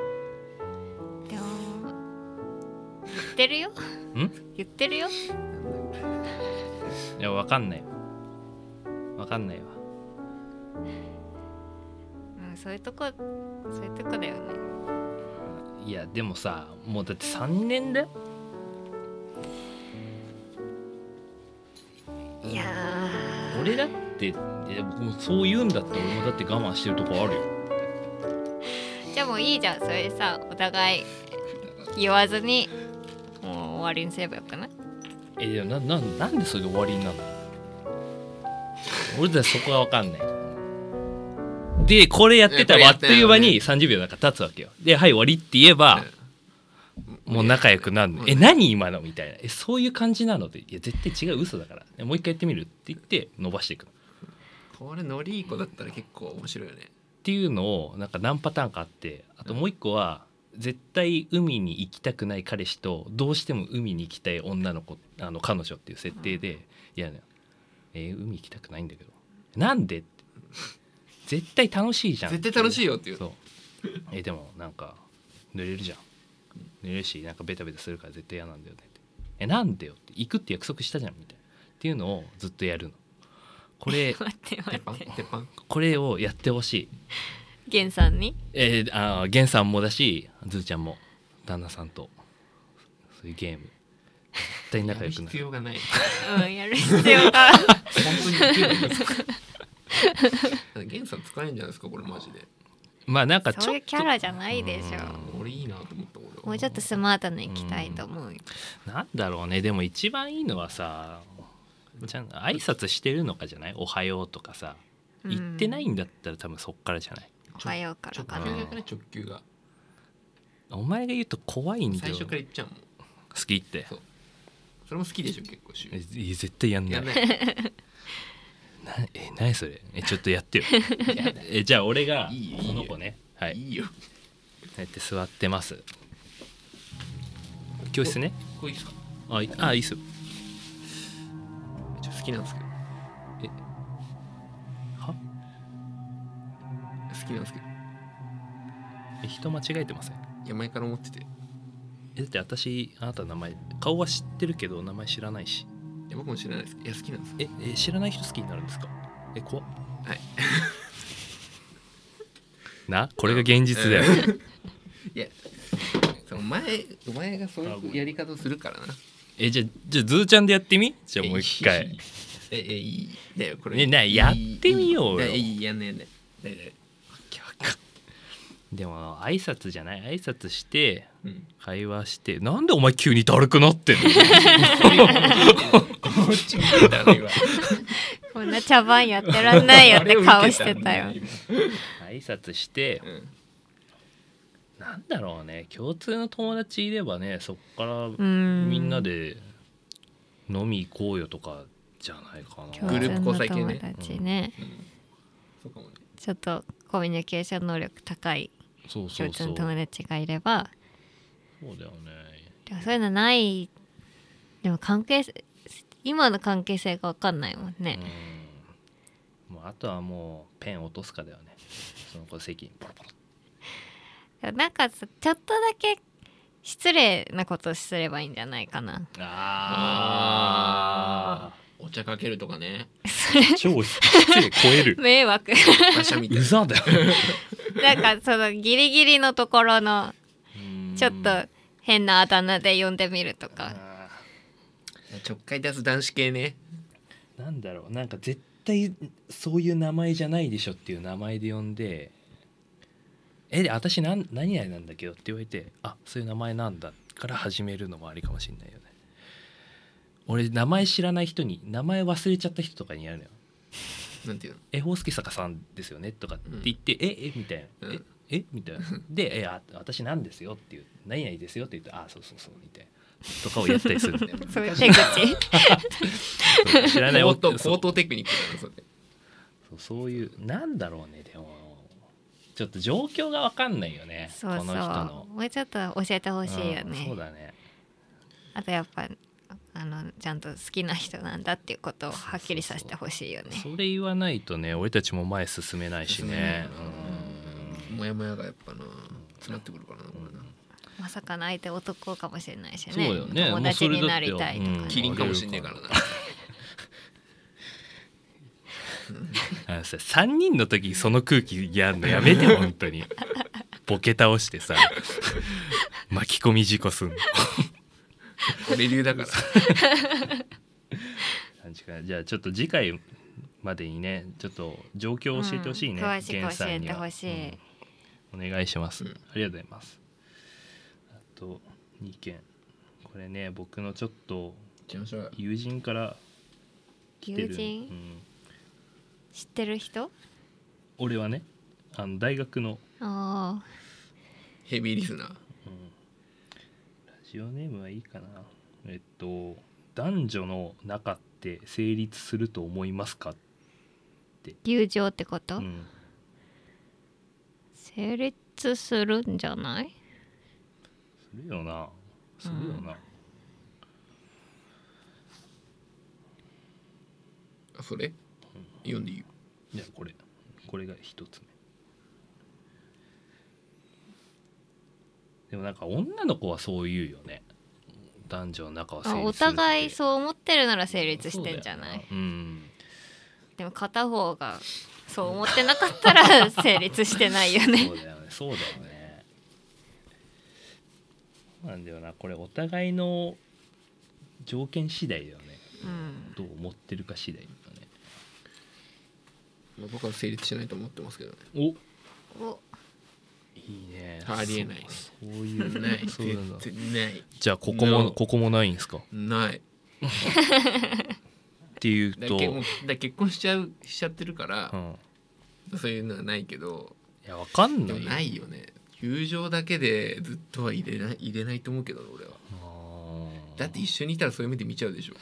Speaker 3: でも言ってるよ
Speaker 1: ん
Speaker 3: 言ってるよ
Speaker 1: いや分かんない分かんないわ
Speaker 3: うん、そういうとこそういうとこだよね
Speaker 1: いやでもさもうだって3年だよ
Speaker 3: いや
Speaker 1: 俺だっていやもうそう言うんだったら俺もだって我慢してるとこあるよ
Speaker 3: ーじゃあもういいじゃんそれでさお互い言わずにもう終わりにすればよくない
Speaker 1: えでもなななんでそれで終わりになるの俺だってそこが分かんないでこれやってた
Speaker 2: いや
Speaker 1: らあっ
Speaker 2: ことれやっ
Speaker 1: い
Speaker 2: てた
Speaker 1: う
Speaker 2: ら
Speaker 1: 間
Speaker 2: ね
Speaker 1: に30秒なんか経つわけよで「はい終わり」って言えば、もう仲良くなるの「
Speaker 2: うん
Speaker 1: え何今の?」みたいな「えそういう感じなの?」って「いや絶対違う嘘だからえもう一回やってみる」って言って伸ばしていくの
Speaker 2: これノリいい子だったら結構面白いよね
Speaker 1: っていうのをなんか何パターンかあってあともう一個は絶対海に行きたくない彼氏とどうしても海に行きたい女の子あの彼女っていう設定で「いやえー海行きたくないんだけどなんで?」って絶対楽しいじゃん
Speaker 2: 絶対楽しい
Speaker 1: よ
Speaker 2: よっていう
Speaker 1: そうえーでもなんか濡れるじゃん濡れるしなんかベタベタするから絶対嫌なんだよねってえなんでよって行くって約束したじゃんみたいなっていうのをずっとやるのこれ
Speaker 3: 待って待
Speaker 2: 鉄板
Speaker 3: って
Speaker 2: 鉄板
Speaker 1: これをやってほしい
Speaker 3: 源さんに
Speaker 1: えー、あーゲンさんもだしずーちゃんも旦那さんとそういうゲーム絶対仲良くな
Speaker 2: 必
Speaker 1: る
Speaker 2: 要がない
Speaker 3: うんやる必要 が
Speaker 2: 本当に言ってる んですかゲンさん使えんじゃないですかこれマジで
Speaker 1: まあなんかちょっと
Speaker 3: そういうキャラじゃないでし
Speaker 1: うん
Speaker 3: ょ
Speaker 2: 俺いいなと思った俺は
Speaker 3: もうちょっとスマートに行きたいと思うよ
Speaker 1: なんだろうねでも一番いいのはさちゃん挨拶してるのかじゃない「おはよう」とかさ
Speaker 3: うん
Speaker 1: 言ってないんだったら多分そっからじゃない、
Speaker 3: おはようから
Speaker 2: 直
Speaker 3: か
Speaker 2: 球
Speaker 3: な
Speaker 2: がよくない直球が
Speaker 1: お前が言うと怖いんだよ
Speaker 2: 最初から言っちゃうもん
Speaker 1: 好きって
Speaker 2: そうそれも好きでしょ結構シュ
Speaker 1: え
Speaker 2: ー
Speaker 1: い絶対やんない
Speaker 2: やんない
Speaker 1: なえ何それえちょっとやってよえじゃあ俺が
Speaker 2: いいよいいよ
Speaker 1: この子ねはい
Speaker 2: いいよ
Speaker 1: こうやって座ってます教室ね
Speaker 2: これいいっすか
Speaker 1: あいあいいっすよ
Speaker 2: ちょっと好きなんですけどきなんですけど
Speaker 1: え人間違えてません
Speaker 2: いや前から思っててい
Speaker 1: えだって私あなたの名前顔は知ってるけど名前知らないし
Speaker 2: や僕も知らないですいや好きなんです
Speaker 1: ええ知らない人好きになるんですかえ怖っ
Speaker 2: はい
Speaker 1: なこれが現実だよ、
Speaker 2: いやその前お前がそういうやり方するからな
Speaker 1: えじゃあじゃあズーちゃんでやってみじゃあもう一回
Speaker 2: ええいいだよこれ
Speaker 1: ねなやってみようよ
Speaker 2: いいいいやんねやんねだいだい
Speaker 1: でも挨拶じゃない挨拶して
Speaker 2: うん
Speaker 1: 会話してなんでお前急にだるくなってんの
Speaker 2: こっち見てたの今
Speaker 3: こんな茶番やってらんな いよって顔してたよ。
Speaker 1: 挨拶して
Speaker 2: うん
Speaker 1: なんだろうね共通の友達いればねそっから
Speaker 3: うん。
Speaker 1: みんな。で飲み行こうよとかじゃないかな
Speaker 2: グループ交際系ね
Speaker 3: ね。
Speaker 2: そうかもね
Speaker 3: ちょっとコミュニケーション能力高い
Speaker 1: そうそ
Speaker 3: 共
Speaker 1: う
Speaker 3: 通
Speaker 1: そう
Speaker 3: の友達がいれば、
Speaker 1: そうだよね
Speaker 3: でもそういうのない。でも関係性今の関係性がわかんないもんね。
Speaker 1: うんもうあとはもうペン落とすかだよねその子席にポロポロ
Speaker 3: なんかちょっとだけ失礼なことすればいいんじゃないかな。
Speaker 1: あ
Speaker 2: お茶かけるとかね
Speaker 1: あ超失礼超える
Speaker 3: 迷惑。
Speaker 2: 馬車みたいうな
Speaker 1: ざだよ
Speaker 3: なんかそのギリギリのところのちょっと変なあだ名で呼んでみるとか。
Speaker 1: あ
Speaker 2: ちょっかい出す男子系ね
Speaker 1: ーなんだろうなんか絶対そういう名前じゃないでしょっていう名前で呼んで「えで私なん何々なんだけど」って言われて「あそういう名前なんだ」から始めるのもありかもしれないよね俺名前知らない人に名前忘れちゃった人とかにやるのよ
Speaker 2: なんていうの
Speaker 1: 「え宝介坂さんですよね」とかって言って「ええみたいな「
Speaker 2: う
Speaker 1: え
Speaker 2: ん
Speaker 1: えみたいなで「えあ私なんですよ」っていう「何々ですよ」って言って「あそうそうそう」みたいなとかをやったりするんだ よ
Speaker 3: そういう手口。
Speaker 1: 知らない
Speaker 2: 高
Speaker 1: お
Speaker 2: 等
Speaker 1: そう
Speaker 2: 高等テクニックだなそれ
Speaker 1: そうそういうなんだろうねでもちょっと状況が分かんないよね
Speaker 3: そうそ
Speaker 1: この人の
Speaker 3: う。もうちょっと教えてほしいよ
Speaker 1: うん
Speaker 3: ね。
Speaker 1: そうだね
Speaker 3: あとやっぱあのちゃんと好きな人なんだっていうことをはっきりさせてほしいよね。
Speaker 1: それ言わないとね俺たちも前進めないし
Speaker 2: 進めない
Speaker 1: ね
Speaker 2: よなモヤモヤがやっぱな詰まってくるからなこれな
Speaker 3: まさかの相手男かもしれないし
Speaker 1: うんそうだよ
Speaker 3: ね。
Speaker 1: ね
Speaker 3: 友
Speaker 1: もうそ
Speaker 3: 達
Speaker 1: れ
Speaker 3: に
Speaker 1: だ
Speaker 3: な
Speaker 1: って
Speaker 3: り
Speaker 1: よ
Speaker 3: たいと
Speaker 1: うん
Speaker 3: か
Speaker 2: キ
Speaker 3: ね。
Speaker 2: リンかもしんねえからな
Speaker 1: あのさ3人の時その空気やんのやめ て本当にボケ倒してさ 巻き込み事故 すんの
Speaker 2: これ流 だから
Speaker 1: 感じかなじゃあちょっと次回までにねちょっと状況を教えてほしいね、
Speaker 3: うん詳しく
Speaker 1: 源さんには
Speaker 3: 教えてほしい
Speaker 1: うんお願いします、
Speaker 2: うん
Speaker 1: ありがとうございますあと2件これね僕のちょっと
Speaker 2: 行きましょうよ
Speaker 1: 友人から来てる
Speaker 3: 友人
Speaker 1: うん
Speaker 3: 知ってる人？
Speaker 1: 俺はねあの大学の、
Speaker 3: ああ。
Speaker 2: ヘビーリスナー
Speaker 1: うんラジオネームはいいかなえっと「男女の中って成立すると思いますか?
Speaker 3: 友情ってこと、
Speaker 1: うん」
Speaker 3: 成立するんじゃない
Speaker 1: するよなするよな、
Speaker 2: あそれ読んでいいよ
Speaker 1: じゃあこれこれが一つ目でもなんか女の子はそう言うよね男女の中は
Speaker 3: あ
Speaker 1: 成
Speaker 3: お
Speaker 1: 立するって
Speaker 3: 互いそう思ってるなら成立してんじゃな
Speaker 1: そ
Speaker 3: い、
Speaker 1: うだようん
Speaker 3: でも片方がそう思ってなかったら成立してないよね
Speaker 1: そうだよねそうだよねそうなんだよなこれお互いの条件次第だよね
Speaker 3: うん
Speaker 1: どう思ってるか次第だよね
Speaker 2: まあ僕は成立しないと思ってますけどね
Speaker 1: お
Speaker 3: お
Speaker 1: いいね
Speaker 2: ありえない
Speaker 1: そうそういう
Speaker 2: ない
Speaker 1: そういうの
Speaker 2: 絶対ない
Speaker 1: じゃあここも
Speaker 2: No
Speaker 1: ここもないんですかっ
Speaker 2: ない
Speaker 1: ていう
Speaker 2: だ
Speaker 1: と
Speaker 2: けもうだ結婚しちゃうしちゃってるから
Speaker 1: う、ん
Speaker 2: そういうのはないけど
Speaker 1: いやわかんな
Speaker 2: でも
Speaker 1: いよ
Speaker 2: ないよね友情だけでずっとは入れない入れないと思うけど俺は
Speaker 1: あー
Speaker 2: だって一緒にいたらそういう目で見ちゃ うでしょ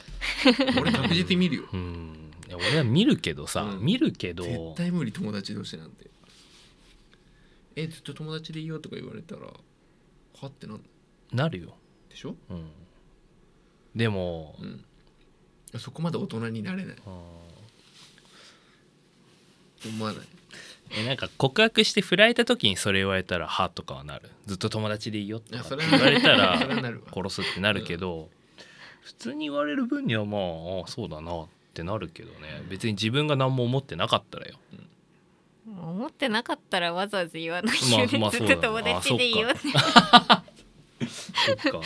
Speaker 2: 俺確実に見るよ
Speaker 1: うんいや俺は見るけどさ、
Speaker 2: うん
Speaker 1: 見るけど
Speaker 2: 絶対無理友達同士なんてえずっと友達でいいよとか言われたらはってなん
Speaker 1: なるよ、
Speaker 2: でしょ、
Speaker 1: うん、でも、
Speaker 2: うん、そこまで大人になれない
Speaker 1: あー
Speaker 2: 思わない
Speaker 1: えなんか告白して振られた時にそれ言われたら「は」とかはなるずっと友達でいいよとか
Speaker 2: あ
Speaker 1: って
Speaker 2: それは
Speaker 1: 言われたら
Speaker 2: それはなるわ
Speaker 1: 殺すってなるけど普通に言われる分にはまあああそうだなってなるけどね別に自分が何も思ってなかったらよ
Speaker 3: 思ってなかったらわざわざ言わないよね、
Speaker 1: まあまあ
Speaker 3: ず
Speaker 1: そう
Speaker 3: っ
Speaker 1: だ
Speaker 3: と
Speaker 1: な
Speaker 3: 友達でいいよって
Speaker 1: そっか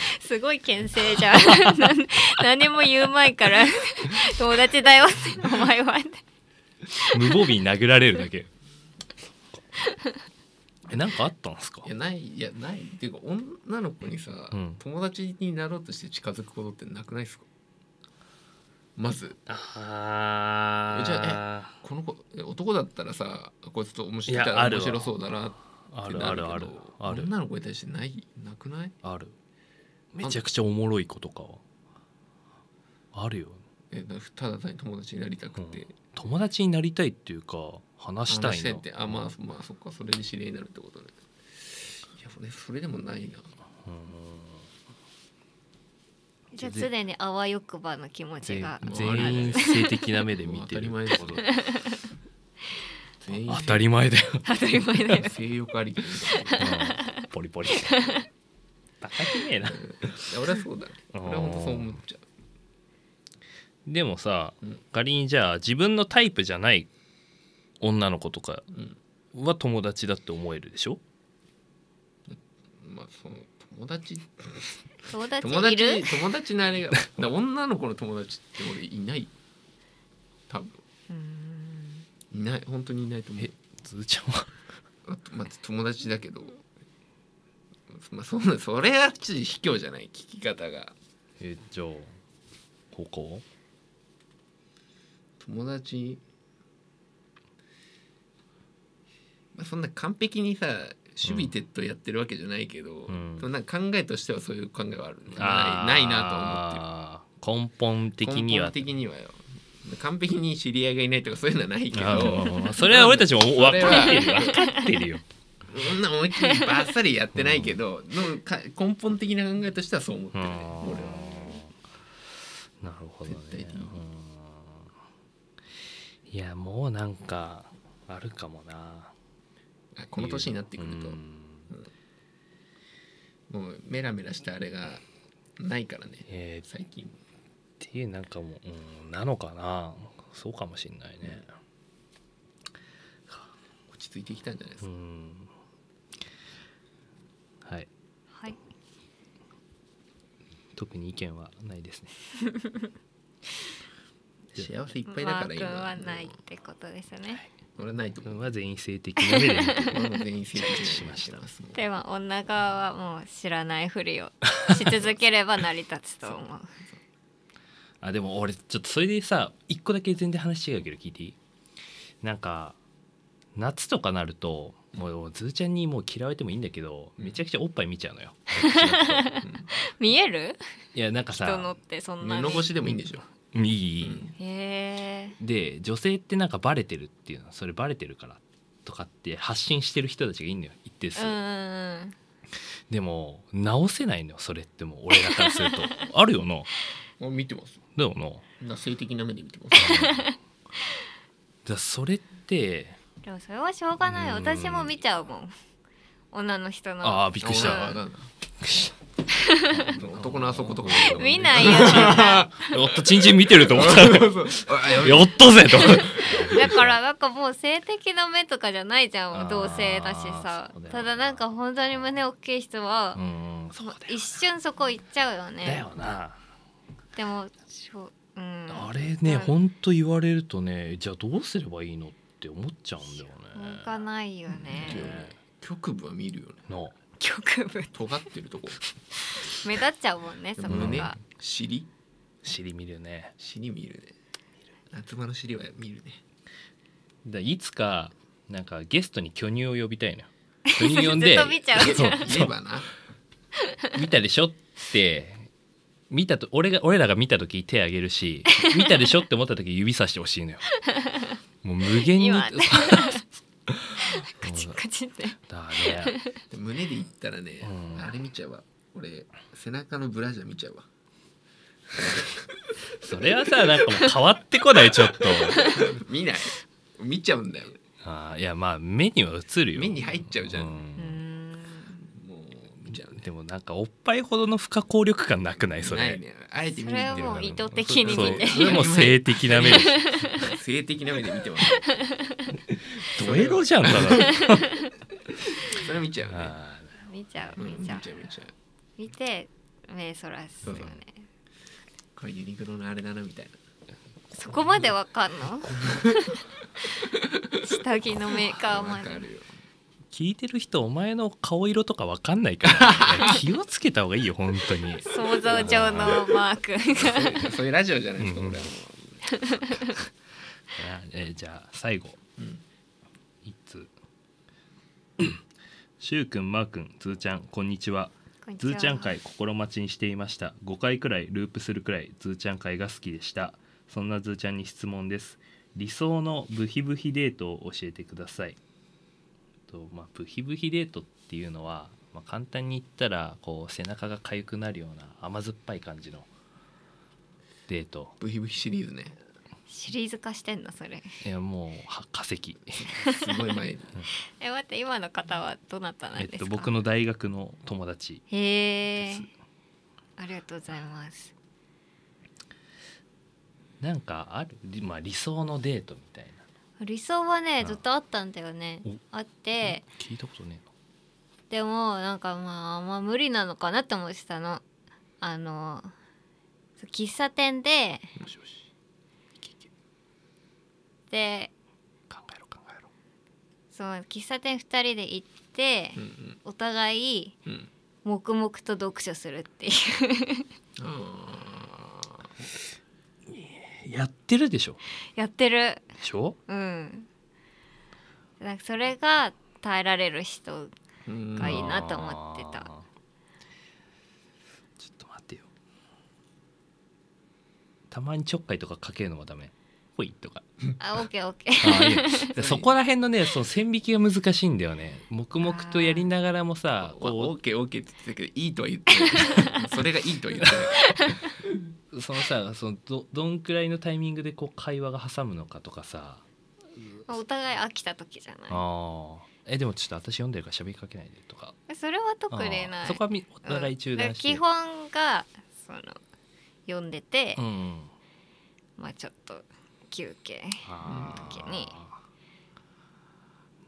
Speaker 3: すごい牽制じゃん なん何も言う前から 友達だよってお前は
Speaker 1: 無防備に殴られるだ けえなんかあったんすか
Speaker 2: いやないいやないっていうか女の子にさ、
Speaker 1: うん
Speaker 2: 友達になろうとして近づくことってなくないですかまず
Speaker 1: あ
Speaker 2: ーじゃこの子え男だったらさこいつと面白い
Speaker 1: いやある
Speaker 2: 面
Speaker 1: わ
Speaker 2: 白そうだなっ
Speaker 1: あ
Speaker 2: て
Speaker 1: る
Speaker 2: な
Speaker 1: あ
Speaker 2: るけ
Speaker 1: る
Speaker 2: ど
Speaker 1: あるある
Speaker 2: 女の子に対してないなくない
Speaker 1: あるめちゃくちゃおもろい子とかはあるよ
Speaker 2: えだただ単に友達になりたくて、
Speaker 1: 友達になりたいっていうか話した
Speaker 2: 話
Speaker 1: い
Speaker 2: して
Speaker 1: な
Speaker 2: ってあまあまあそっかそれで知り合いになるってことねいや俺それでもな
Speaker 1: う
Speaker 2: いな
Speaker 1: ん
Speaker 3: じゃあ常にあわよくばの気持ち
Speaker 1: 全
Speaker 3: が
Speaker 1: 全員性的な目で見てる
Speaker 2: もう
Speaker 1: ってこと
Speaker 2: 全員
Speaker 1: 当たり前だよ
Speaker 3: 当たり前だよね
Speaker 2: 性欲ありきみたいな
Speaker 1: うんポリ ポリ高くねえない
Speaker 2: や俺はそうだね俺は本当そう思っちゃ
Speaker 1: でもさ
Speaker 2: うん
Speaker 1: 仮にじゃあ自分のタイプじゃない女の子とか
Speaker 2: う、うん、
Speaker 1: は友達だって思えるでしょ
Speaker 2: まあその友達
Speaker 3: 友達
Speaker 2: 友
Speaker 3: いる
Speaker 2: 達友達のあれがだから女の子の友達って俺いない多分
Speaker 3: うーん
Speaker 2: いない本当にいないと思う
Speaker 1: えずーちゃんは
Speaker 2: あとまあ友達だけどまあそんなそれはちょっと卑怯じゃない聞き方が
Speaker 1: えじゃあ高校
Speaker 2: 友達まあそんな完璧にさ守備徹底やってるわけじゃないけど、
Speaker 1: ん
Speaker 2: そん、なんか考えとしてはそういう考えはあるねないないなとは思ってる
Speaker 1: と思ってる根本的には
Speaker 2: 根本的にはよ完璧に知り合いがいないとかそういうのはないけど
Speaker 1: あーそれは俺たちも分かってる
Speaker 2: それは
Speaker 1: 分かってるよ
Speaker 2: そんな思いっきりバッサリやってないけど、のか根本的な考えとしてはそう思ってる ね
Speaker 1: うん
Speaker 2: 俺は
Speaker 1: なるほどね
Speaker 2: 絶対的に
Speaker 1: うんいやもうなんかあるかもな
Speaker 2: あこの年になってくると、
Speaker 1: うん
Speaker 2: もうメラメラしたあれがないからね
Speaker 1: えーっ
Speaker 2: 最近
Speaker 1: ていうなんかもう、うん、なのかなそうかもしんないね
Speaker 2: 落ち着いてきたんじゃないです
Speaker 1: う
Speaker 2: か、
Speaker 1: んはい
Speaker 3: はい
Speaker 1: 特に意見はないです ね
Speaker 2: 幸せいっぱいだか
Speaker 3: マ
Speaker 2: ら
Speaker 3: ー君
Speaker 2: 今
Speaker 3: はないってことですね
Speaker 2: 俺はないと
Speaker 1: 自
Speaker 2: 思う
Speaker 1: 分は全員性的な目で見てる
Speaker 2: 俺はもう全員成績
Speaker 1: しました
Speaker 2: もう
Speaker 3: では女側はもう知らないふりをし続ければ成り立つと思う
Speaker 1: あでも俺ちょっとそれでさ一個だけ全然話違うけど聞いていいなんか夏とかなるともうもうズーちゃんにもう嫌われてもいいんだけどめちゃくちゃおっぱい見ちゃうのよ。
Speaker 3: 見える
Speaker 1: いやなんか
Speaker 3: 人の
Speaker 1: さ
Speaker 3: ってそんな
Speaker 2: 布
Speaker 3: に
Speaker 2: 越しでもいいんでしょ
Speaker 1: 右、
Speaker 3: へえ
Speaker 1: で女性ってなんかバレてるっていうのそれバレてるからとかって発信してる人たちがいいのよ一定数、
Speaker 3: うんうんうん
Speaker 1: でも直せないのよそれってもう俺らからする とあるよな
Speaker 2: 俺見てます
Speaker 1: だよなだか
Speaker 2: な性的な目で見てます
Speaker 1: らそれって
Speaker 3: でもそれはしょうがない
Speaker 1: うん
Speaker 3: 私も見ちゃうもん女の人の
Speaker 1: ああびっくりし
Speaker 2: 俺は
Speaker 1: た
Speaker 2: わ
Speaker 3: う
Speaker 2: かんない男のあそことか
Speaker 3: 見
Speaker 2: い
Speaker 3: ないよみんな
Speaker 1: やっとチンチン見てると思 ったやったぜと。
Speaker 3: だからなんかもう性的な目とかじゃないじゃ
Speaker 1: あー
Speaker 3: ん同性だしさ
Speaker 1: そうだよな
Speaker 3: ただなんか本当に胸大きい人は
Speaker 1: う、ん、そう
Speaker 3: 一瞬そこ行っちゃうよね
Speaker 1: だよな。
Speaker 3: でもそううん
Speaker 1: あれね、
Speaker 3: うん
Speaker 1: 本当言われるとね、じゃあどうすればいいのって思っちゃうんだよ
Speaker 3: 向か
Speaker 1: ね。
Speaker 3: ないよね
Speaker 2: 局部は見るよね
Speaker 1: の、
Speaker 3: 局部
Speaker 2: 尖ってるとこ
Speaker 3: 目立っちゃうもんねそこ
Speaker 2: 胸
Speaker 3: が
Speaker 2: 尻
Speaker 1: 尻見るね。
Speaker 2: 尻見るね夏場の尻は見るね
Speaker 1: だいつかなんかゲストに巨乳を呼びた いのよ。巨乳呼んで、
Speaker 3: ずっと見ちゃうじゃん
Speaker 1: そうそ
Speaker 2: 言え
Speaker 1: う
Speaker 2: ばな
Speaker 1: 見たでしょって。見たと俺が俺らが見た時手あげるし見たでしょって思った時指 さしてほしいのよもう無限に
Speaker 3: 今 ね
Speaker 1: う
Speaker 3: カチッカチッって
Speaker 1: だね
Speaker 2: で胸で言ったらね、
Speaker 1: うん
Speaker 2: あれ見ちゃうわ俺背中のブラジャー見ちゃうわ
Speaker 1: それはさなんかもう変わってこないちょっと
Speaker 2: 見ない見ちゃうんだよ
Speaker 1: あーいやまあ目には映るよ
Speaker 2: 目に入っちゃうじゃん
Speaker 3: うー
Speaker 1: ん
Speaker 3: ん
Speaker 2: もう見ちゃうね
Speaker 1: でもなんかおっぱいほどの不可抗力感なくないそれ
Speaker 2: ないねあえて見に行ってるから
Speaker 3: それはもう意図的に
Speaker 1: そ
Speaker 3: 見
Speaker 1: う
Speaker 3: て
Speaker 1: それも性的な目でし
Speaker 2: 性的な目で見てます
Speaker 1: ょ ドエロじゃんた だ
Speaker 2: それは見ちゃうね
Speaker 1: あ
Speaker 3: 見ちゃう
Speaker 2: うん
Speaker 3: 見
Speaker 2: 見ち
Speaker 3: ちゃ
Speaker 2: ゃ
Speaker 3: う
Speaker 2: う見ちゃう
Speaker 3: 見て目そらすよ
Speaker 2: そ
Speaker 3: ね
Speaker 2: うこれユニクロのあれだなみたいな
Speaker 3: そこまでわかん の下着のメーカーま
Speaker 2: わか
Speaker 3: で
Speaker 2: る
Speaker 1: ー
Speaker 2: よ
Speaker 1: 聞いてる人お前の顔色とかわかんないからいや 気をつけた方がいいよ本当に
Speaker 3: 想像上のマーク
Speaker 2: そう
Speaker 3: が
Speaker 2: いうそういうラジオじゃないですか
Speaker 1: うん
Speaker 2: 俺はも
Speaker 1: あえーじゃあ最後
Speaker 2: ううん
Speaker 1: い つしゅうくんまーくんずーちゃんこんにちはずーちゃん会心待ちにしていました5回くらいループするくらいずーちゃん会が好きでしたそんなずーちゃんに質問です理想のブヒブヒデートを教えてくださいと、まあ、ブヒブヒデートっていうのは、まあ、簡単に言ったらこう背中が痒くなるような甘酸っぱい感じのデート
Speaker 2: ブヒブヒシリーズね
Speaker 3: シリーズ化してんのそれ
Speaker 1: いやもうは化石
Speaker 2: すごい 前に
Speaker 3: え待って今の方はどなたな
Speaker 1: え
Speaker 3: んで
Speaker 1: っ
Speaker 3: すか、
Speaker 1: と僕の大学の友達
Speaker 3: へ
Speaker 1: で
Speaker 3: え
Speaker 1: す
Speaker 3: ありがとうございます
Speaker 1: なんかある、りまあ、理想のデートみたいな
Speaker 3: 理想はね
Speaker 1: うん
Speaker 3: ずっとあったんだよね
Speaker 1: お
Speaker 3: あって
Speaker 1: 聞いたことね
Speaker 3: でもなんかまああんま無理なのかなって思ってたのあの喫茶店で
Speaker 1: もしもし
Speaker 3: で
Speaker 1: 考えろ考えろ
Speaker 3: その喫茶店2人で行って、
Speaker 2: うん
Speaker 3: お互い
Speaker 2: うんうん
Speaker 3: 黙々と読書する っていう
Speaker 2: あ
Speaker 1: やってるでしょ
Speaker 3: やってる
Speaker 1: でしょ
Speaker 3: うんなんかそれが耐えられる人
Speaker 2: ーうん
Speaker 3: がいいなと思ってた
Speaker 1: あーちょっと待ってよたまにちょっかいとかかけるのはダメほい とか
Speaker 3: あオッケーオッケー
Speaker 1: あーいいよでそこら辺のねその線引きが難しいんだよね黙々とやりながらもさ
Speaker 2: わオ
Speaker 1: こ
Speaker 2: ーケーオーケーって言ってたけどいいとは言ってないそれがいいとは言ってないう
Speaker 1: そのさそのどどんくらいのタイミングでこう会話が挟むのかとかさ
Speaker 3: まあお互い飽きた時じゃない
Speaker 1: ああえでもちょっと私読んでるから喋りかけないでとか
Speaker 3: それは特に
Speaker 1: あ
Speaker 3: な
Speaker 1: ー
Speaker 3: い
Speaker 1: そこはみお互い中
Speaker 3: うんだ
Speaker 1: 断
Speaker 3: から
Speaker 1: して、
Speaker 3: 基本がその読んでて、
Speaker 1: うん
Speaker 3: まあちょっと休憩
Speaker 1: あー
Speaker 3: 時に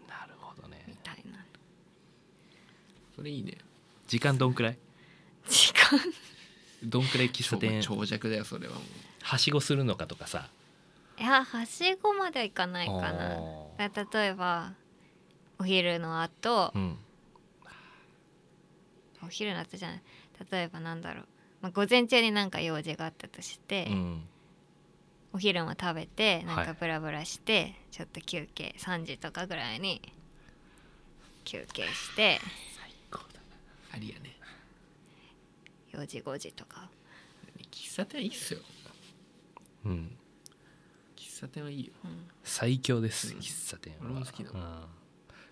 Speaker 1: なるほど
Speaker 3: み
Speaker 1: ね
Speaker 3: たいな
Speaker 2: それいいね
Speaker 1: 時間どんくらい
Speaker 3: 時間
Speaker 1: どんくらい喫茶
Speaker 2: 超
Speaker 1: 店
Speaker 2: 長尺だよそれはもう
Speaker 1: はしごするのかとかさ
Speaker 3: いやはしごまではいかないか
Speaker 1: あ
Speaker 3: な
Speaker 1: ー
Speaker 3: だから例えばお昼の後
Speaker 1: うん
Speaker 3: お昼の後じゃない例えばなんだろう、まあ、午前中になんか用事があったとして、
Speaker 1: うん
Speaker 3: お昼も食べてなん
Speaker 1: は
Speaker 3: か
Speaker 1: い
Speaker 3: ブラブラして、ちょっと休憩3時とかぐらいに休憩して
Speaker 1: 最高だ
Speaker 2: ありやね
Speaker 3: 4時5時とか
Speaker 2: 喫茶店いいっすよ
Speaker 1: なうん
Speaker 2: 喫茶店はいいよ
Speaker 3: うん
Speaker 1: 最強です、
Speaker 2: うん
Speaker 1: 喫茶店は
Speaker 2: 俺も好きだ
Speaker 1: うん、い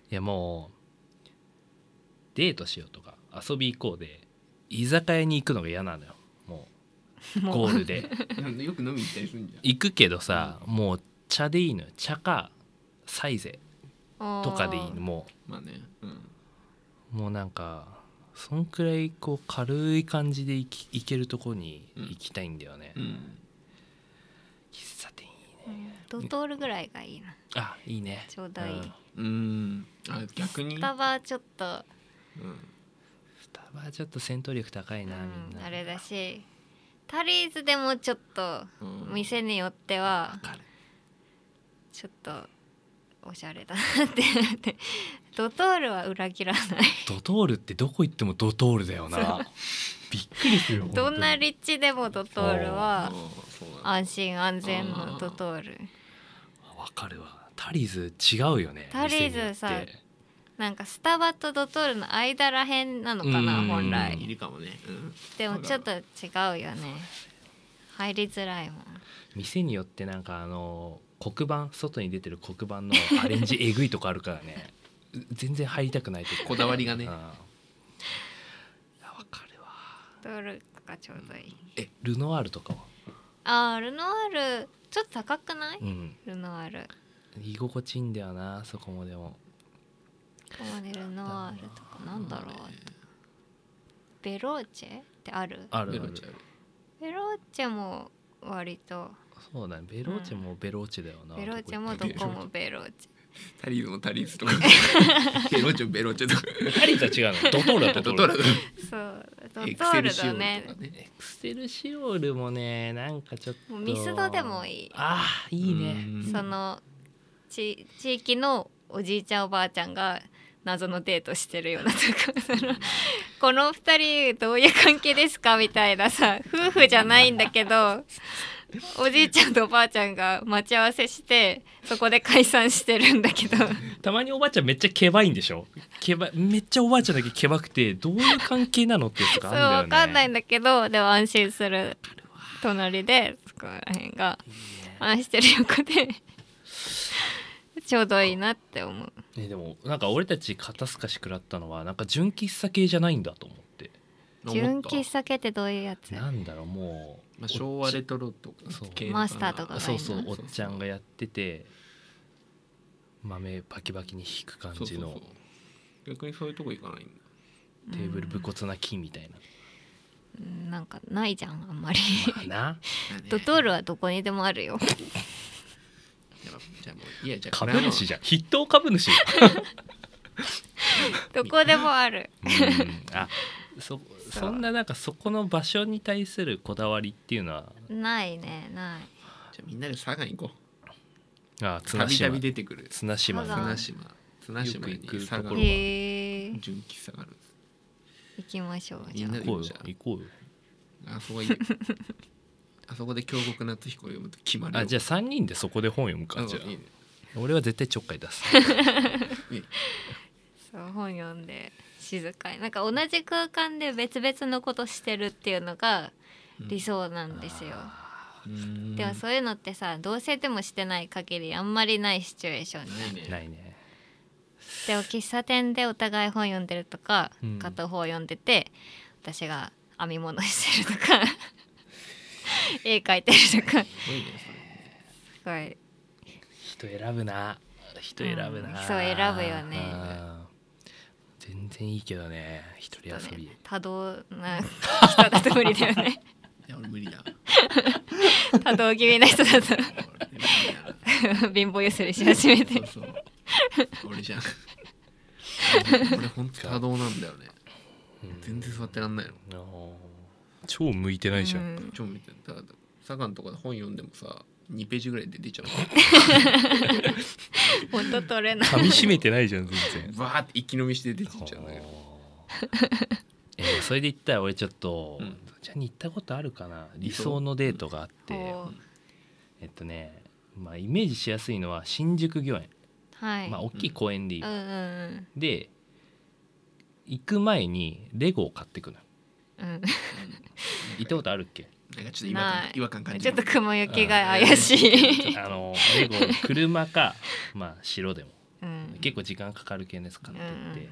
Speaker 1: やもうデートしようとか遊び行こうで居酒屋に行くのが嫌なのよもう
Speaker 3: も
Speaker 1: ゴ
Speaker 3: う
Speaker 1: ールで
Speaker 2: なんでよく飲み行ったりするんじゃん
Speaker 1: 行くけどさ、もう茶でいいのよ茶かサイゼとかでいいのも
Speaker 2: まあねうん
Speaker 1: うもうなんかそんくらいこう軽い感じで行き行けるとこに行きたいんだよね、
Speaker 2: うん
Speaker 1: 喫茶店いい
Speaker 3: おー
Speaker 1: ね
Speaker 3: うんドトールぐらいがいいな
Speaker 1: あいいね
Speaker 3: ちょうどいい、
Speaker 1: ん
Speaker 2: うんあ逆に
Speaker 3: スタバはちょっと、
Speaker 2: うん
Speaker 1: スタバはちょっと戦闘力高いうな、み
Speaker 3: ん
Speaker 1: ん、な
Speaker 3: あれだしタリーズでもちょっと
Speaker 2: うん
Speaker 3: 店によっては
Speaker 1: わかる
Speaker 3: ちょっとおしゃれだなってなってドトールは裏切らない
Speaker 1: ドトールってどこ行ってもドトールだよなびっくりするよ
Speaker 3: どんな
Speaker 1: 本
Speaker 3: 立地でもドトールは
Speaker 2: そうそうなんだ
Speaker 3: 安心安全のドトール
Speaker 1: 当にわかるわタリーズ違うよね
Speaker 3: タリーズさ
Speaker 1: 店によって
Speaker 3: なんかスタバとドトールの間らへんなのかな
Speaker 1: うん
Speaker 3: 本
Speaker 2: い
Speaker 3: 来
Speaker 2: るかもねうん
Speaker 3: でも
Speaker 2: そう
Speaker 3: ちょ
Speaker 2: だ
Speaker 3: っと違うよね入りづらいもん
Speaker 1: 店によってなんかあの黒板外に出てる黒板のアレンジえぐいとこあるからね 全然入りたくないと
Speaker 2: こだわりが
Speaker 1: うんい
Speaker 2: ね
Speaker 1: やわかるわ
Speaker 3: ドトールがちょうどいい
Speaker 1: えルノワールとかは
Speaker 3: あールノワールちょっと高くない
Speaker 1: うん
Speaker 3: ルノワール
Speaker 1: 居心地いいんだよなそこもでも
Speaker 3: コモネルノワールとかなんだろうベローチェってある
Speaker 1: あ
Speaker 2: あ
Speaker 1: る
Speaker 2: る
Speaker 1: あ
Speaker 2: あ
Speaker 1: る
Speaker 2: る
Speaker 3: ベローチェも割と
Speaker 1: そうだねベローチェもベローチェだよな、
Speaker 3: ベローチェも
Speaker 1: どこ
Speaker 3: ど
Speaker 1: 行って
Speaker 3: こもベローチ
Speaker 2: タリーズもタリー ズとかベロチョベロチョとか
Speaker 1: もタリーズは違うのドトールだド
Speaker 2: ド
Speaker 1: ト
Speaker 2: ト
Speaker 1: ー
Speaker 2: ラ
Speaker 1: ル
Speaker 2: ド
Speaker 3: ェそうドト
Speaker 2: エクセ
Speaker 3: ー
Speaker 2: ル
Speaker 3: ル
Speaker 2: シオ
Speaker 3: だ
Speaker 2: ルと
Speaker 3: ね
Speaker 2: かね
Speaker 1: エクセルシオールもねなんかちょっと
Speaker 3: もうミスドでもいい
Speaker 1: あーいいね
Speaker 2: うん
Speaker 3: そのち地域のおじいちゃんおばあちゃんが謎のデートしてるようなとかそのこの二人どういう関係ですかみたいなさ夫婦じゃないんだけどおじいちゃんとおばあちゃんが待ち合わせしてそこで解散してるんだけど
Speaker 1: たまにおばあちゃんめっちゃケバいんでしょケバめっちゃおばあちゃんだけケバくてどういう関係なのってやつ
Speaker 3: そう
Speaker 1: がある
Speaker 3: わ
Speaker 1: んだよね
Speaker 3: かんないん
Speaker 1: い
Speaker 3: だけどでも安心する隣でそこら辺が
Speaker 1: いね
Speaker 3: 話してる横 でちょうどいいなって思う。
Speaker 1: ねでもなんか俺たち肩透かし食らったのはなんか純喫茶系じゃないんだと思って
Speaker 3: 純喫茶系ってどういうやつ
Speaker 1: なんだろうもう、
Speaker 2: まあ、昭和レトロとか
Speaker 1: そう
Speaker 2: 系かな
Speaker 3: マスターとかがいいな
Speaker 1: そうそうおっちゃんがやってて豆バキバキに引く感
Speaker 2: そう
Speaker 1: じ
Speaker 2: そうそう
Speaker 1: の
Speaker 2: 逆にそういうとこ行かないんだ
Speaker 1: テーブル武骨な木みたい
Speaker 3: うんなんかないじゃんあんまり
Speaker 1: な、まあな
Speaker 3: ドトールはどこにでもあるよ
Speaker 2: やばじゃあもういいやじゃあ
Speaker 1: 株主じゃん筆頭株主
Speaker 3: どこでもある
Speaker 1: うんあそ
Speaker 3: そう
Speaker 1: そんななんかそこの場所に対するこだわりっていうのは
Speaker 3: ないねない
Speaker 2: じゃあみんなで佐賀行こ
Speaker 1: あ
Speaker 2: うた
Speaker 1: 綱
Speaker 2: び
Speaker 1: 島
Speaker 2: たび出てくる
Speaker 1: 綱島
Speaker 3: 佐賀
Speaker 1: ね
Speaker 2: 綱島綱島に
Speaker 1: よく行く
Speaker 2: 佐賀
Speaker 1: ところ
Speaker 2: の
Speaker 1: が
Speaker 3: へえー、
Speaker 2: 純喫茶があるんです
Speaker 3: 行きましょうじゃ
Speaker 2: みんな
Speaker 1: 行こうよ行こうよ
Speaker 2: あそこ いいねあそこで京極夏彦を読むと決まる
Speaker 1: あじゃ
Speaker 2: ゃ
Speaker 1: あ3人でそこで本読む
Speaker 2: う
Speaker 1: か
Speaker 2: ん
Speaker 1: じゃあ
Speaker 2: いいね
Speaker 1: 俺は絶対ちょっかい出 す
Speaker 3: あそう本読んで静かになんか同じ空間で別々のことしてるっていうのが理想なんですよ、
Speaker 2: うん
Speaker 3: でもそういうのってさ同棲でもしてない限りあんまりないシチュエーション
Speaker 2: ない
Speaker 3: に
Speaker 2: ね
Speaker 1: ないね
Speaker 3: でも喫茶店でお互い本読んでるとか、
Speaker 1: うん
Speaker 3: 片方読んでて私が編み物してるとか絵描いてるとかす
Speaker 2: すごいねそれ
Speaker 3: ごい
Speaker 1: 人選ぶな人選ぶな、
Speaker 3: うんそう選ぶよね
Speaker 1: うん全然いいけどね一人
Speaker 3: ちょっと
Speaker 1: 遊び、
Speaker 3: ね多動な人だと無理だよ ね
Speaker 2: いや俺無理 だ
Speaker 3: 多動気味な人だと
Speaker 2: 俺無理だ
Speaker 3: 貧乏ゆすりし始めて
Speaker 2: そうそう俺 じゃん俺ほんと多動なんだよね
Speaker 1: うん
Speaker 2: 全然座ってらんないの
Speaker 1: あー超向いてないじゃん、
Speaker 3: うん
Speaker 2: 超見てただサガンとかで本読んでもさ2ページぐらいで出ちゃう
Speaker 3: 音取れない
Speaker 1: 噛み締めてないじゃん全 然
Speaker 2: バーって一気飲みして出てっちゃうんだけど
Speaker 1: あーえーそれで言ったら俺ちょっと、
Speaker 2: うん
Speaker 1: じゃに行ったことあるかな理
Speaker 2: 理想
Speaker 1: 想のデートがあって、
Speaker 3: こう
Speaker 1: えっとねまあイメージしやすいのは新宿御苑、
Speaker 3: はい、
Speaker 1: まあ大きい公園でいい、
Speaker 3: うんうん
Speaker 1: で行く前にレゴを買ってくの
Speaker 3: うん
Speaker 1: 行ったことあるっ け
Speaker 2: なんかちょっと違和
Speaker 3: な
Speaker 2: 感
Speaker 3: い
Speaker 2: 違和感
Speaker 3: う
Speaker 2: 感
Speaker 3: ん
Speaker 2: じ
Speaker 3: ちょっと
Speaker 2: る
Speaker 3: 雲行きが怪しい、
Speaker 1: あのレゴ車か まあ白でも
Speaker 3: うん、
Speaker 1: 結構時間かかる系のやつ買ってって、
Speaker 3: うん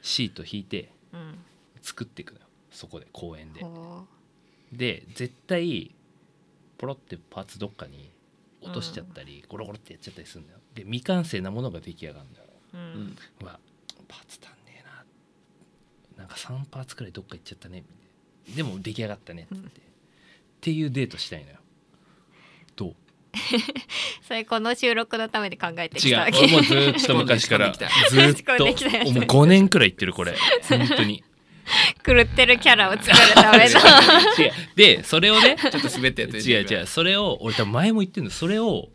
Speaker 1: シート引いて
Speaker 3: うん
Speaker 1: 作っていくのよそこで公園で
Speaker 3: こ
Speaker 1: で絶対ポロってパーツどっかに落としちゃったり、ゴロゴロってやっちゃったりするんだよで未完成なものが出来上がるんだよ
Speaker 3: うう
Speaker 2: うんん
Speaker 1: うわパーツ足んねえななんか3パーツくらいどっか行っちゃったねでも出来上がったねっつって、っていうデートしたいのよどう
Speaker 3: それこの収録のために考えてき
Speaker 1: 違う
Speaker 3: たわけ
Speaker 1: 俺もうずーっと昔からず
Speaker 2: 仕込ん
Speaker 1: ー
Speaker 3: きた仕込んできた
Speaker 1: っ
Speaker 3: や
Speaker 1: と
Speaker 3: つ
Speaker 1: もう5年くらい言ってるこれ本当に
Speaker 3: 狂ってるキャラを作る た めの
Speaker 1: 違うでそれをね
Speaker 2: ちょっと滑ったやつ
Speaker 1: 違う違うそれを俺多分前も言ってるのそれを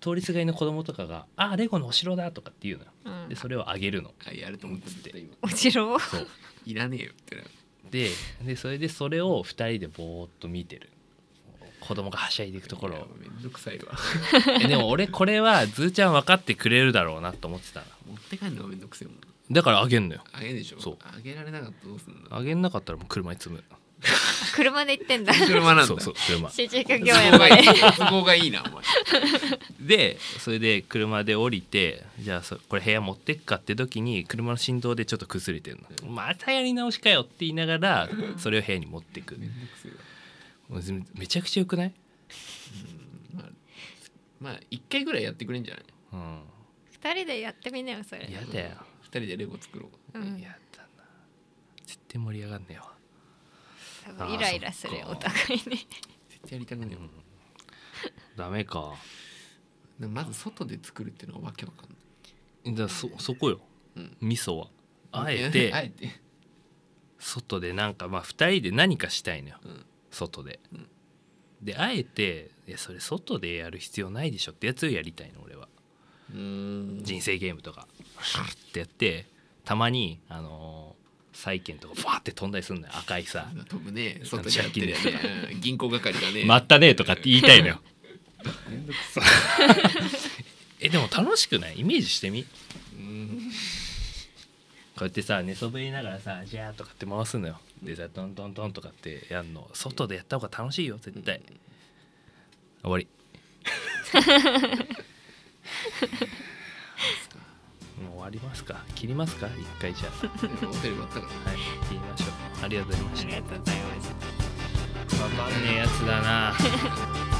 Speaker 1: 通りすがりの子供とかが「あレゴのお城だ」とかって言うのよ
Speaker 3: うん
Speaker 1: でそれをあげるの
Speaker 2: あやると思って た今
Speaker 3: お城を
Speaker 1: そう
Speaker 2: いらねえよってな
Speaker 1: ででそれでそれを2人でぼーっと見てる子供がはしゃいでいくところ
Speaker 2: いや
Speaker 1: を
Speaker 2: めんどくさいわ
Speaker 1: えでも俺これはズーちゃん分かってくれるだろうなと思ってたの
Speaker 2: 持って帰るのがめんどくせえもん
Speaker 1: だからあげんのよ
Speaker 2: あげるでしょ
Speaker 1: そう
Speaker 2: あげられなかったらどうすんの
Speaker 1: あげんなかったらもう車に積む
Speaker 3: 車で行って んだ
Speaker 2: 車 なんだ
Speaker 1: そうそう車
Speaker 3: 新宿御
Speaker 2: 都
Speaker 3: 苑
Speaker 2: 合
Speaker 3: ま
Speaker 2: がい
Speaker 3: で
Speaker 2: い都合がいいなお前
Speaker 1: でそれで車で降りてじゃあそこれ部屋持ってっかって時に車の振動でちょっと崩れてるのまたやり直しかよって言いながらそれを部屋に持ってく
Speaker 2: めんどくせえわ
Speaker 1: めめちゃくちゃよくない
Speaker 2: まあ、まあ一回ぐらいやってくれんじゃない
Speaker 1: うん
Speaker 3: 二人でやってみなよそれ
Speaker 1: やだよ
Speaker 2: 二人でレゴ作ろう、
Speaker 3: うん
Speaker 1: やだな絶対盛り上がんねえわ
Speaker 3: 多分イライラするよ
Speaker 1: あーそ
Speaker 3: お
Speaker 1: っか
Speaker 3: 互いに
Speaker 2: 絶対やりたくないよ、
Speaker 1: ダメか
Speaker 2: でもまず外で作るっていうのはわけわかんない
Speaker 1: じゃあそそこよ、
Speaker 2: うん
Speaker 1: 味噌はあえ て
Speaker 2: あえて
Speaker 1: 外でなんかまあ2人で何かしたいのよ、
Speaker 2: うん
Speaker 1: 外で、
Speaker 2: うん
Speaker 1: であえていやそれ外でやる必要ないでしょってやつをやりたいの俺は
Speaker 2: うーん
Speaker 1: 人生ゲームとかってやってたまにあのー債券とかバーって飛んだりするんだよ赤いさ
Speaker 2: 飛ぶね外でやってるやつ、うん銀行係が
Speaker 1: 「
Speaker 2: ね
Speaker 1: まったね」とかって言いたいのよ
Speaker 2: めんどくさ
Speaker 1: えでも楽しくないイメージしてみこ
Speaker 2: うん
Speaker 1: うやってさ寝そべりながらさ「じゃあ」とかって回すのよでさトントントンとかってやんの外でやった方が楽しいよ絶対終わりもう終わりますか切りますか一回じゃあ
Speaker 2: ホテル終わったから
Speaker 1: はい切りましょうありがとうございま
Speaker 3: あ
Speaker 1: し
Speaker 3: り
Speaker 1: た
Speaker 3: がとうございました
Speaker 1: わかんねえやつだな